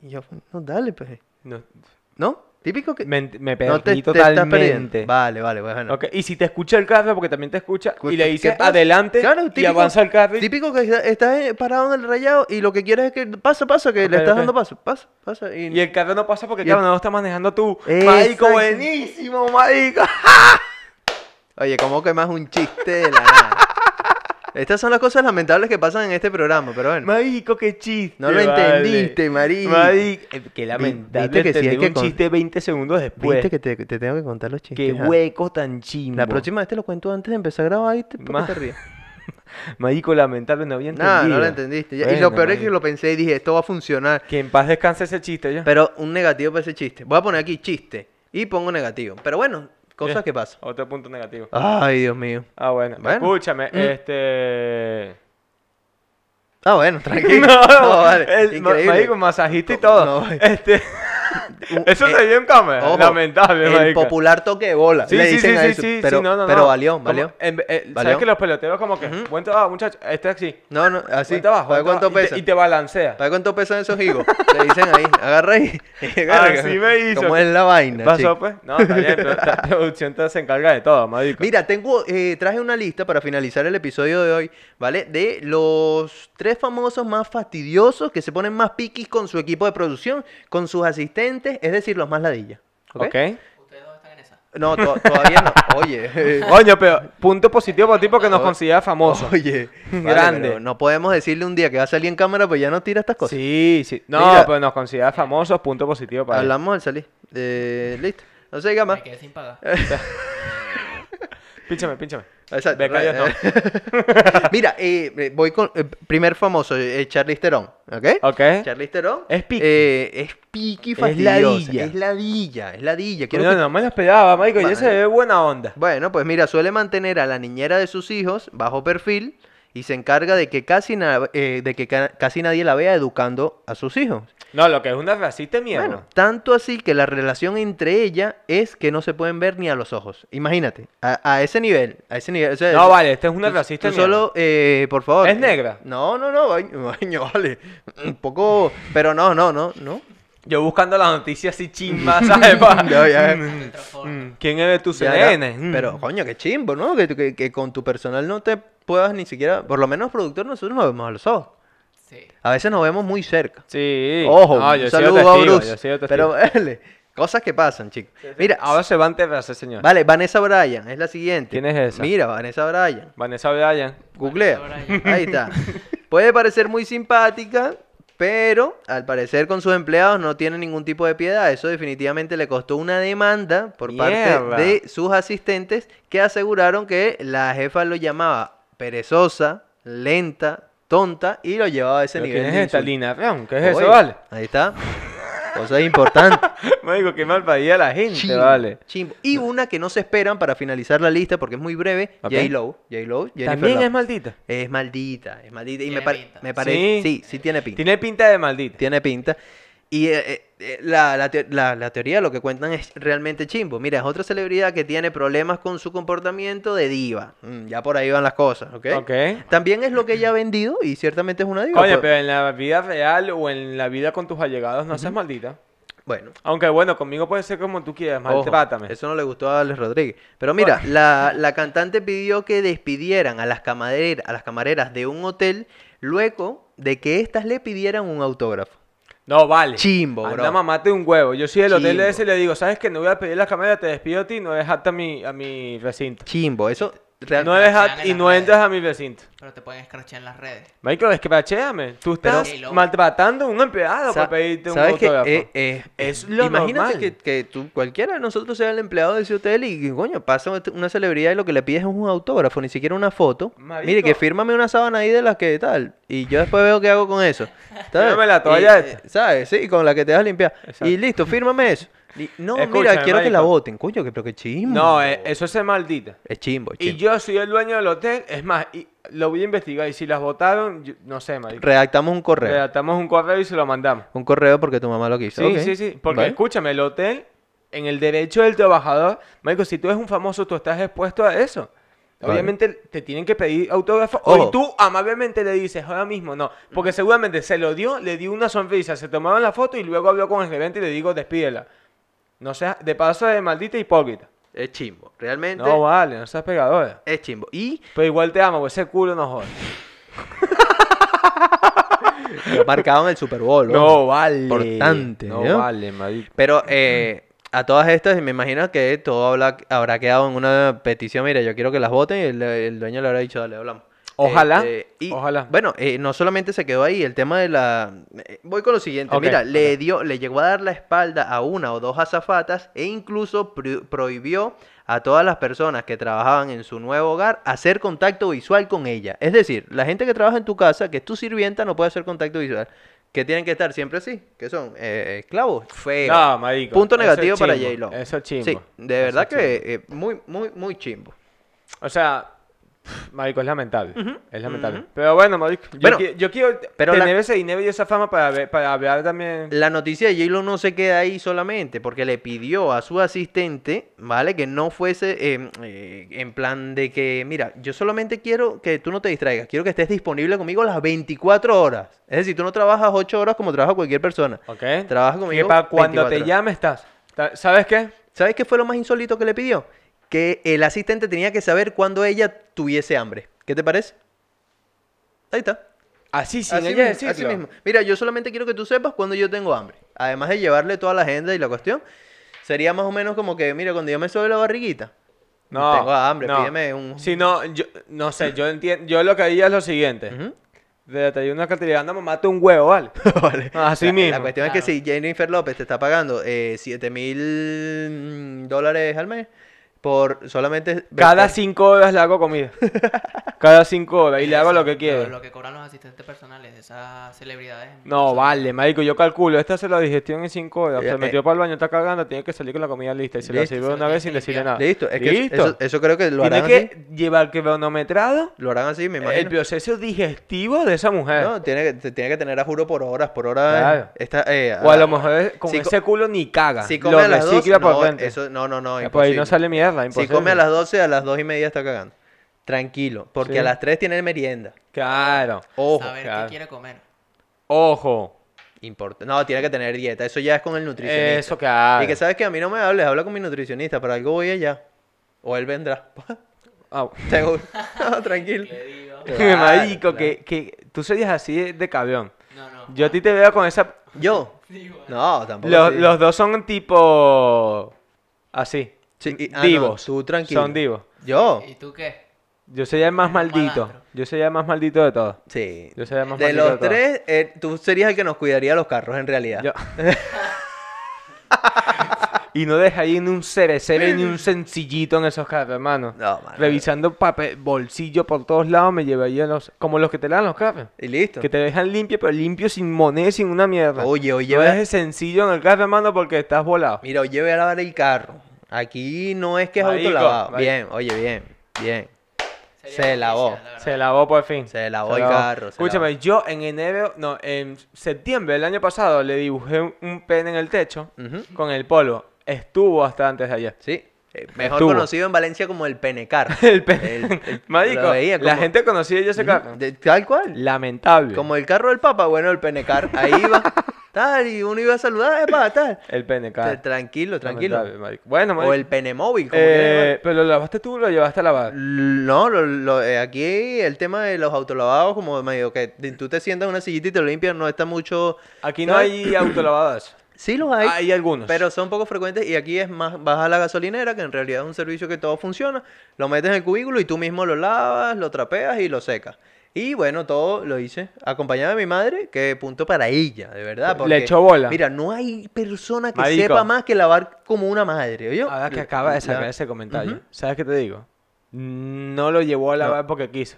y yo, no, dale, pues. No, ¿No? Típico que... me me no perdí estás totalmente. perdiendo. Vale, vale, pues, bueno. Ok, Y si te escucha el carro, porque también te escucha, y le ¿Qué dices pasa? adelante Claro, y típico- avanza el carro. y- Típico que está- estás eh, parado en el rayado y lo que quieres es que pasa, pasa, que Ok, le estás ok. dando paso, pasa, pasa. Y, Y el carro no pasa porque, Y el- claro, no lo está manejando tú. Exacto. Marico, buenísimo, marico. *laughs* Oye, como que más un chiste de la *laughs* nada. Estas son las cosas lamentables que pasan en este programa, pero bueno. Marico, qué chiste. No lo entendiste, marico. Marico. Eh, Qué viste lamentable que sí hay entender que un con- chiste 20 segundos después. Viste que te, te tengo que contar los chistes. pues. Qué ah? hueco tan chimbo. La próxima vez te lo cuento antes de empezar a grabar y te, para que Ma- te ríes. Marico, lamentable, no había entendido. Nada, no lo entendiste. Ya- y lo Bueno, peor es que marico. lo pensé y dije, esto va a funcionar. Que en paz descanse ese chiste ya. Pero un negativo para ese chiste. Voy a poner aquí chiste y pongo negativo. Pero bueno, cosas Eh, que pasan. Otro punto negativo. Ay, Dios mío. Ah, bueno. Bueno. Escúchame, Mm. este... Ah, bueno, *laughs* tranquilo. *laughs* No, vale. el ma- Increíble. marico, masajista y No, todo. no, vale. este... *laughs* Un- Eso eh, se vio en cámara. Ojo, Lamentable, el marico. popular toque de bola. Sí, le sí, dicen sí, a sí, eso. sí, sí, pero, no, no, pero no. valió, Como- valió. en- eh, ¿Sabes Valió. que los peloteros como que, buen trabajo, muchacho, este así, No, no, así. buen trabajo, ¿Para buen cuánto trabajo", y te- pesa? Y te balancea. ¿Para cuánto pesan esos higos? Le dicen ahí, agarra *laughs* ahí. Así Ah, me hizo. ¿Cómo es la vaina? ¿Pasó, chico? pues? No, está bien, pero *laughs* esta producción te- se encarga de todo, marico. Mira, tengo, eh, traje una lista para finalizar el episodio de hoy, ¿vale? De los tres famosos más fastidiosos que se ponen más piquis con su equipo de producción, con sus asistentes, es decir, los más ladillas. ¿ok? ¿Ok? Ustedes dos están en esa. No, to- todavía no. *laughs* Oye. eh, Coño, pero punto positivo para ti porque nos Oye. considera famosos. Oye, vale, Grande. pero no podemos decirle un día que va a salir en cámara, pues ya no tira estas cosas. Sí, sí. No, Mira. pero nos considera famosos, punto positivo para él. Hablamos al salir. Eh, listo. No se diga más. Me quedé sin pagar. Eh. Pínchame, pínchame. Exacto, *laughs* Becarios right, eh. Mira, eh, eh, voy con el primer famoso, eh, Charlize Theron, ¿ok? ¿Ok? Charlize Theron. Es piqui. eh, es piqui fastidiosa. ladilla. Es ladilla, es ladilla. Quiero No, que- no me lo esperaba, marico, ya Vale. se ve buena onda. Bueno, pues mira, suele mantener a la niñera de sus hijos bajo perfil y se encarga de que casi, na- eh, de que ca- casi nadie la vea educando a sus hijos. No, lo que es una racista de mierda. Bueno, tanto así que la relación entre ella es que no se pueden ver ni a los ojos. Imagínate, a, a ese nivel, a ese nivel. o sea, No, vale, esta es una eh, tú- racista tú de mierda. solo, eh, por favor. ¿Es negra? No, no, no, baño, *laughs* baño, vale. Un poco, pero no, no, no, no. Yo buscando las noticias así chimba, *laughs* ¿sabes? Pa? *laughs* Ya, *laughs* ya. Mm, Te transforma. mm, ¿Quién es tu Ya, ya. CNN? Mm. Pero, coño, qué chimbo, ¿no? Que, que- que con tu personal no te puedas ni siquiera, por lo menos productor, nosotros nos vemos a los ojos. Sí. A veces nos vemos muy cerca. Sí. Ojo, No, yo un he sido saludo a testigo, Bruce. yo he sido testigo. pero, vale, cosas que pasan, chicos. Mira, Mira, ahora se va a enterrar ese señor. Vale, Vanessa Bryan es la siguiente. ¿Quién es esa? Mira, Vanessa Bryan. Vanessa Bryan. Googlea. Vanessa Bryan. *laughs* Ahí está. Puede parecer muy simpática, pero al parecer con sus empleados no tiene ningún tipo de piedad. Eso definitivamente le costó una demanda por Mierda. parte de sus asistentes que aseguraron que la jefa lo llamaba perezosa, lenta, tonta y lo llevaba a ese ¿Pero nivel. ¿Quién es de esta insulto. Lina Brown? ¿Qué es eso, Oye, vale? *laughs* Ahí está. Cosa importante. Marico, qué mal paría la gente, Chimbo, vale. chimbo. Y una que no se esperan para finalizar la lista porque es muy breve. Ok. J-Lo. J-Lo. Jennifer También Love. es maldita. Es maldita. Es maldita. Y me, Tiene par- pinta. me parece. Sí. Sí, sí tiene pinta. Tiene pinta de maldita. Tiene pinta. Y eh, eh, eh, la, la teo- la- la teoría de lo que cuentan es realmente chimbo. Mira, es otra celebridad que tiene problemas con su comportamiento de diva. Mm, ya por ahí van las cosas, ¿ok? Ok. También es lo que ella ha vendido y ciertamente es una diva. Coño, pues- pero en la vida real o en la vida con tus allegados no seas maldita. Bueno, Aunque bueno, conmigo puede ser como tú quieras, ojo, maltrátame. eso no le gustó a Alex Rodríguez. Pero mira, la, la cantante pidió que despidieran a las, camarer- a las camareras de un hotel luego de que éstas le pidieran un autógrafo. No, vale. Chimbo, Anda, bro. mamate un huevo. Yo soy del hotel Chimbo. ese y le digo, ¿sabes que No voy a pedir la cámara, te despido a ti y no dejaste a mi, a mi recinto. Chimbo, eso No realmente... dejaste en y las no redes. entras a mi recinto. Pero te pueden escrachar en las redes. Michael, escrachéame. Tú Pero- estás maltratando a un empleado Sa- para pedirte un ¿Sabes qué? autógrafo. Eh, eh, Es eh, lo Imagínate normal. que, que tú, cualquiera de nosotros sea el empleado de ese hotel y, que, coño, pasa ut- una celebridad y lo que le pides es un autógrafo, ni siquiera una foto. Mire, Marico. que fírmame una sábana ahí de las que tal. Y yo después veo qué hago con *laughs* eso. Fírmame la toalla Y, eh, esta. ¿Sabes? Sí, con la que te vas a limpiar. Exacto. Y listo, fírmame eso. Y, no, mira, Escúchame, quiero que la marico. voten. Coño, que, pero que chimbo. No, eh, eso es ser maldita. Es chimbo, es Y chimbo. yo soy el dueño del hotel, es más, y lo voy a investigar. Y si las votaron, yo- no sé, marico. Redactamos un correo. Redactamos un correo y se lo mandamos. Un correo porque tu mamá lo quiso. Sí, Ok. sí, sí. Porque Vale. escúchame, el hotel, en el derecho del trabajador, Marico, si tú eres un famoso, tú estás expuesto a eso. Vale. Obviamente te tienen que pedir autógrafo. Ojo. Mm. O tú amablemente le dices, ahora mismo no. Porque seguramente se lo dio, le dio una sonrisa, se tomaron la foto y luego habló con el gerente y le digo, despídela. No seas, de paso de maldita hipócrita. Es chimbo. Realmente No vale, no seas pegadora. es chimbo. Y Pero igual te amo, pues ese culo no jode. lo marcaban el Super Bowl. ojo. No vale. Importante, No ¿vio? vale, marico. Pero eh, a todas estas, me imagino que todo habla- habrá quedado en una petición. Mira, yo quiero que las voten y el, el dueño le habrá dicho, dale, hablamos. Este, Ojalá, y, ojalá. Bueno, eh, no solamente se quedó ahí, el tema de la... eh, voy con lo siguiente. Ok, Mira, le ok. dio, le llegó a dar la espalda a una o dos azafatas e incluso pro- prohibió a todas las personas que trabajaban en su nuevo hogar hacer contacto visual con ella. Es decir, la gente que trabaja en tu casa, que es tu sirvienta, no puede hacer contacto visual. Que tienen que estar siempre así, que son eh, esclavos, feos. No, marico, Punto eso es negativo para chimbo, J-Lo. eso es chimbo, Sí, de eso verdad es que eh, muy, muy, muy chimbo. O sea, pff, marico, es lamentable. Es lamentable. Pero bueno, marico, yo, Bueno, qui- yo quiero pero la- tener ese dinero y esa fama para, ver- para hablar también... La noticia de J-Lo no se queda ahí solamente, porque le pidió a su asistente, ¿vale? Que no fuese eh, eh, en plan de que, mira, yo solamente quiero que tú no te distraigas, quiero que estés disponible conmigo las 24 horas. Es decir, tú no trabajas 8 horas como trabaja cualquier persona. ¿Ok? Trabaja Que conmigo. para cuando 24 te horas. llame estás. Ta- ¿Sabes qué? ¿Sabes qué fue lo más insólito que le pidió? Que el asistente tenía que saber cuándo ella tuviese hambre. ¿Qué te parece? Ahí está. Así, sin así, ella mismo, así decirlo. mismo. Mira, yo solamente quiero que tú sepas cuando yo tengo hambre. Además de llevarle toda la agenda y la cuestión, sería más o menos como que, mira, cuando yo me sobe la barriguita, No, tengo hambre, no. pídeme un... Si no, yo, no sé, yo entiendo, yo lo que haría es lo siguiente. Ujú. De desayuno una cartilla, anda, mamate un huevo, *laughs* ¿vale? *laughs* Vale. Ah, Así La- La mismo. cuestión es que Claro. si Jennifer López te está pagando eh, 7 mil dólares al mes por solamente... Cada cinco horas le hago comida. Cada cinco horas y le hago lo que Pero quiero. Lo que cobran los asistentes personales de esas celebridades. No, vale, marico, yo calculo. Esta se la digestión en cinco horas. Eh, Se eh. metió para el baño, está cagando, tiene que salir con la comida lista. Y se la Listo. sirve Se una lo tiene vez que sin decirle limpiar. nada. Listo, es que Listo. Eso, eso creo que lo harán Tiene así. que Eh, llevar cronometrado Lo harán así, me el imagino. proceso digestivo de esa mujer. No, tiene que, te- tiene que tener a juro por horas, por horas. Claro. Esta, eh, o a la- lo mejor es- con si co- ese culo ni caga. Si lo come a las 12, recicla por no, dentro. eso, no, no, no, Ya, por ahí imposible. no sale mierda, Si imposible. come a las 12, a las 2 y media está cagando. Tranquilo, porque Sí. a las 3 tiene merienda. Claro. Ojo, saber claro. qué quiere comer. Ojo. importa. No, tiene que tener dieta, eso ya es con el nutricionista. Eso, claro. Y que sabes que a mí no me hables, habla con mi nutricionista, para algo voy allá. O él vendrá. *laughs* Ah, Seguro. No, tranquilo. Le *laughs* digo. Claro, marico, claro. que, que tú serías así de- de cabrón. No, no. Yo a ti te veo con esa Yo. Digo, No, tampoco. Los, así. los dos son tipo. Así. Sí, y- ah, no, divos. tú tranquilo. Son divos. Yo. ¿Y tú qué? Yo sería el más Eres un maldito. malandro. Yo sería el más maldito de todos. Sí. Yo sería el más De maldito de los todos. tres, *laughs* eh, tú serías el que nos cuidaría los carros en realidad. Yo- Y no deja ahí ni un cerecere *laughs* ni un sencillito en esos carros, hermano. No, mano. Revisando papel, bolsillo por todos lados, me llevé ahí a los. Como los que te dan los carros. Y listo. Que te dejan limpio, pero limpio sin moneda, sin una mierda. Oye, oye, No ve- dejes sencillo en el carro, hermano, porque estás volado. Mira, oye, voy a lavar el carro. Aquí no es que es Marico, autolavado. marico. Bien, oye, bien, bien. Sería Se noticia, lavó. la verdad. Se lavó por fin. Se lavó el carro, se Escúchame, lavó. yo en enero, no, en septiembre del año pasado le dibujé un- un pene en el techo Ujú. con el polvo. Estuvo hasta antes de ayer. *laughs* Sí. Eh, Mejor Estuvo. conocido en Valencia como el penecar. *laughs* El pene. El- el- Marico, lo veía la como- gente conocía yo ese carro. Ujú, de- Tal cual. Lamentable. Como el carro del Papa, bueno, el penecar. Ahí *laughs* iba. tal, y uno iba a saludar, epa, tal. El pene, cara. Te- Tranquilo, Lamentable, tranquilo. marico. Bueno, marico. O el penemóvil, como quieras Eh, llamarlo. pero lo lavaste tú o lo llevaste a lavar. No, lo- lo- eh, aquí el tema de los autolavados, como medio que te- tú te sientas en una sillita y te lo limpias, no está mucho. Aquí no ¿Sabes? hay autolavadas. Sí, los hay. Hay algunos. Pero son poco frecuentes y aquí es más, vas a la gasolinera, que en realidad es un servicio que todo funciona, lo metes en el cubículo y tú mismo lo lavas, lo trapeas y lo secas. Y bueno, todo lo hice acompañada de mi madre, que punto para ella, de verdad. Le porque, echó bola. Mira, no hay persona que Marico. Ah, sepa más que lavar como una madre, *laughs* ¿oyó? Ahora que acaba de sacar La- ese comentario, Ujú. ¿sabes qué te digo? No lo llevó a lavar porque quiso.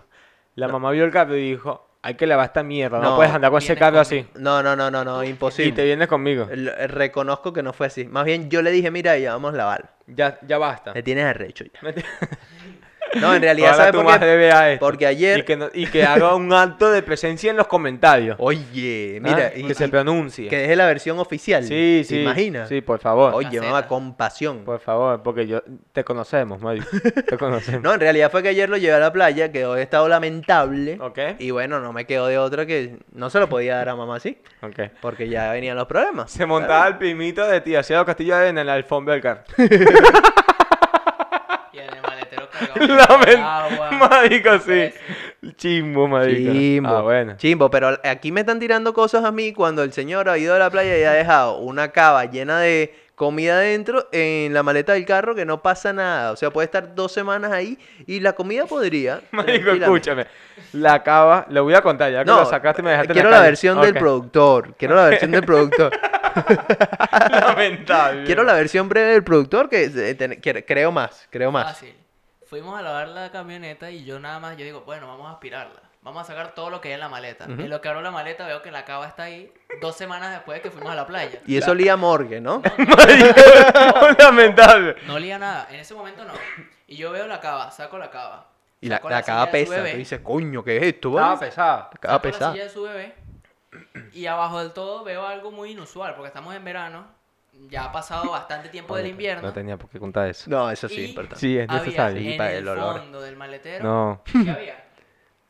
La mamá vio el carro y dijo, hay que lavar esta mierda, no, No, puedes andar con ese vienes carro así. conmigo. No, no, no, no, no, imposible. Y te vienes conmigo. L- eh, Reconozco que no fue así. Más bien yo le dije, mira, ya vamos a lavarlo. Ya, ya basta. *laughs* Me tienes arrecho ya. *laughs* Me ti- No, en realidad, Ah. Ahora ¿sabes tu por madre qué? vea esto. Porque ayer... Y que, no- y que haga un acto de presencia en los comentarios. Oye, ¿ah? mira, y, que se y- pronuncie. que deje la versión oficial. Sí, sí. ¿Te imaginas? Sí, por favor. Oye, Casera. mamá, con pasión. Por favor, porque yo te conocemos, *laughs* Mario. Te conocemos. No, en realidad fue que ayer lo llevé a la playa, quedó de estado lamentable. Ok. Y bueno, no me quedó de otra que no se lo podía dar a mamá así, Ok. porque ya venían los problemas. Se montaba el primito de tía Cielo Castillo en el alfombra del carro. Y en el *laughs* maletero cargado Lament... agua. Marico, sí. pues, Chimbo, marico. Chimbo. Ah, bueno. Chimbo, pero aquí me están tirando cosas a mí cuando el señor ha ido a la playa y ha dejado una cava llena de comida adentro en la maleta del carro que no pasa nada. O sea, puede estar dos semanas ahí y la comida podría. Marico, tranquilamente. escúchame. La cava, lo voy a contar ya que No, lo sacaste y me dejaste en quiero la, calle. versión del Ok. productor. Quiero la versión del *laughs* productor. Lamentable. quiero la versión breve del productor que eh, ten- quiero- creo más, creo más. Fácil. Fuimos a lavar la camioneta y yo nada más, yo digo, bueno, vamos a aspirarla. Vamos a sacar todo lo que hay en la maleta. En lo que abro la maleta veo que la cava está ahí dos semanas después de que fuimos a la playa. Y eso olía a morgue, ¿no? Marico, *laughs* lamentable. No olía nada, en ese momento no. Y yo veo la cava, saco la cava. Y la, saco la silla cava de su pesa. bebé, Tú dices, coño, ¿qué es esto? Estaba vale?" pesado. La cava saco la pesada. silla de su bebé y abajo del todo veo algo muy inusual porque estamos en verano, ya ha pasado bastante tiempo del invierno. No tenía por qué contar eso. No, eso sí, Y- importante. Sí, es había necesario. Sí, en para el, el olor. fondo del maletero. No, *laughs* ¿Qué había?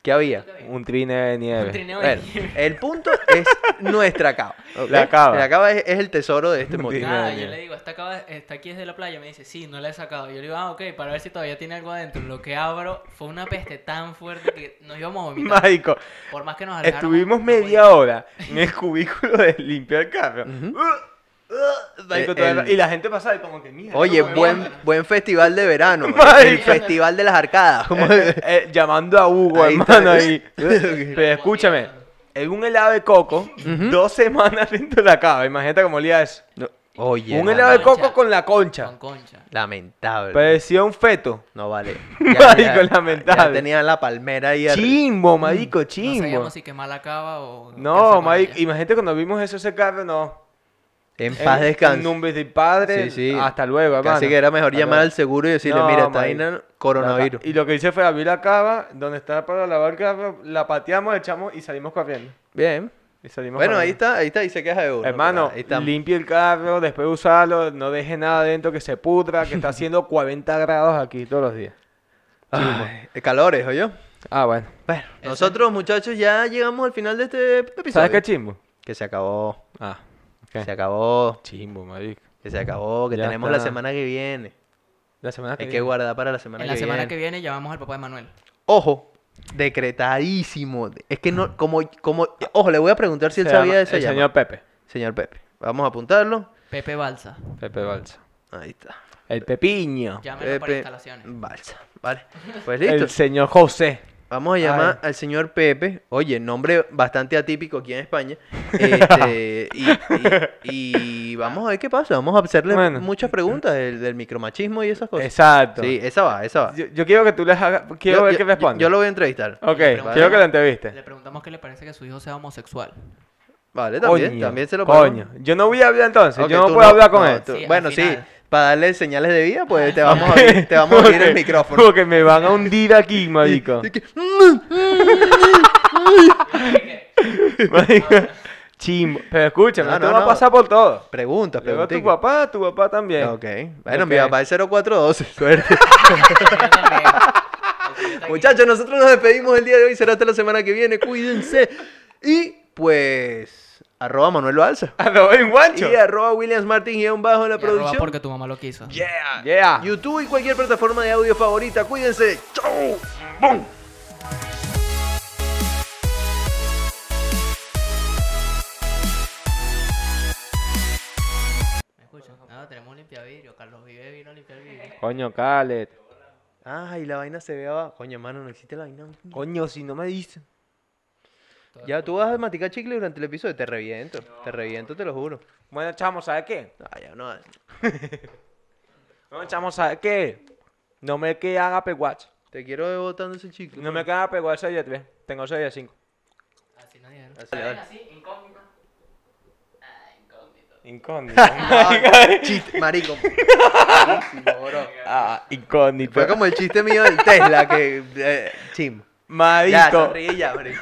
¿Qué había? ¿Qué había? un trine de nieve. Un trineo de *laughs* Bueno, nieve. el punto es nuestra cava. ¿ok? La cava. La cava es, es el tesoro de *laughs* este mundo. trineo de Nada, yo nieve. le digo, esta cava está aquí desde la playa. Me dice, sí, no la he sacado. Yo le digo, ah, ok, para ver si todavía tiene algo adentro. Lo que abro fue una peste tan fuerte que nos íbamos a vomitar. Marico, Por más que nos alejáramos. estuvimos no media hora en el cubículo de limpiar el carro. Uh, uh, marico, Eh, toda el- la- Y la gente pasaba y como que mierda. Oye, ¿cómo me buen, mandan? buen festival de verano. *laughs* el Marica. festival de las arcadas. como- Eh, *laughs* eh, llamando a Hugo, Ahí está. hermano, *laughs* ahí. Pero escúchame, en un helado de coco, dos semanas *laughs* dentro de la cava. Imagínate cómo olía eso. Oye, un helado de mano, coco Concha. con la concha. Con concha. lamentable. Parecía un feto. *laughs* No vale. Marico, lamentable. Ya tenían la palmera ahí arriba. Chimbo, marico, No chimbo. sabíamos si quemar la cava o. No, Mike marico, imagínate cuando vimos eso ese carro, no. En paz En- Eh, En descanse. nombre del padre, Sí, sí. hasta luego, hermano. Así que era mejor Hasta llamar luego. al seguro y decirle, No, mira, está ahí marico. en el coronavirus. Y lo que hice fue abrir la cava, donde estaba para lavar el carro, la pateamos, echamos y salimos corriendo. Bien. Y salimos Bueno, ahí corriendo. está, ahí está, y se queja de uno. Hermano, Ahí está. limpie el carro, después usarlo, no deje nada dentro que se pudra, que está *laughs* haciendo 40 grados aquí todos los días. Ay, eh, calores, oye. Ah, bueno. Bueno, nosotros, muchachos, ya llegamos al final de este episodio. ¿Sabes qué chimbo? Que se acabó. Ah, Se ok. acabó. Chimbo, marico. Que se acabó. Que Ya tenemos está. la semana que viene. La semana que Hay que guardar para la semana En que la viene. semana que viene llamamos al papá de Manuel. Ojo, decretadísimo. Es que no, como, como, ojo, le voy a preguntar si él Se sabía llama- de ese El llama. señor Pepe. Señor Pepe. Vamos a apuntarlo. Pepe Balsa. Pepe Balsa. Ahí está. El Pepiño. Llámelo para Pepe instalaciones. Balsa. Vale. Pues listo. El señor José. Vamos a llamar al señor Pepe, oye, nombre bastante atípico aquí en *laughs* España, este, y, y- y vamos a ver qué pasa, vamos a hacerle Bueno. muchas preguntas del, del micromachismo y esas cosas. Exacto. Sí, esa va, esa va. Yo, yo quiero que tú les hagas. Quiero Yo- ver yo- qué responde. Yo, yo lo voy a entrevistar. Ok, Le preguntamos- quiero que lo entreviste. Le preguntamos qué le parece que su hijo sea homosexual. Vale, también, Coño, también se lo Coño, pongo. yo no voy a hablar entonces. Ok, yo no tú puedo hablar con no, él. tú- Sí, al bueno, sí, final. para darle señales de vida, pues te al vamos a final. abrir, te *laughs* vamos a abrir el Porque- micrófono. Porque me van a hundir *laughs* aquí, marico. Y que- Mm. Marico, Chimbo. Pero escúchame, No, esto no, va a no. pasar por todo. Preguntas, Luego tu preguntas. papá, tu papá también. Ok, bueno, mi Ok. papá es 0412, suerte. Muchachos. Muchachos, nosotros nos despedimos el día de hoy. Será hasta la semana que viene. Cuídense. Y pues, arroba Manuel Balsa. Ah, no, en guancho. Y arroba Williams Martín guión bajo en la producción. Porque tu mamá lo quiso. Yeah. YouTube y cualquier plataforma de audio favorita. Cuídense. Chau. Boom. ¿Me escuchas? No, tenemos un limpiavidrio. Carlos Vive vino a limpiar el vidrio. Coño, Calet. Ay, la vaina se ve abajo. Coño, hermano, no existe la vaina. Coño, si no me dicen. Ya tú vas a masticar chicle durante el episodio. Te reviento. Te reviento, te lo juro. Bueno, chamo, ¿sabes qué? Ay, ya no. *laughs* No, chamo, ¿sabes qué? No me quedan Apple Watch. Te quiero botando ese chicle. No me quedan Apple Watch 6 de 3. Tengo 6 de 5. Así no dijeron. Así, dale. Incógnito. Ah, chiste, marico. Buenísimo, bro. ah, incógnito. Fue como el chiste mío del Tesla que... eh, chim. Marico. Ya, sonríe ya, marico.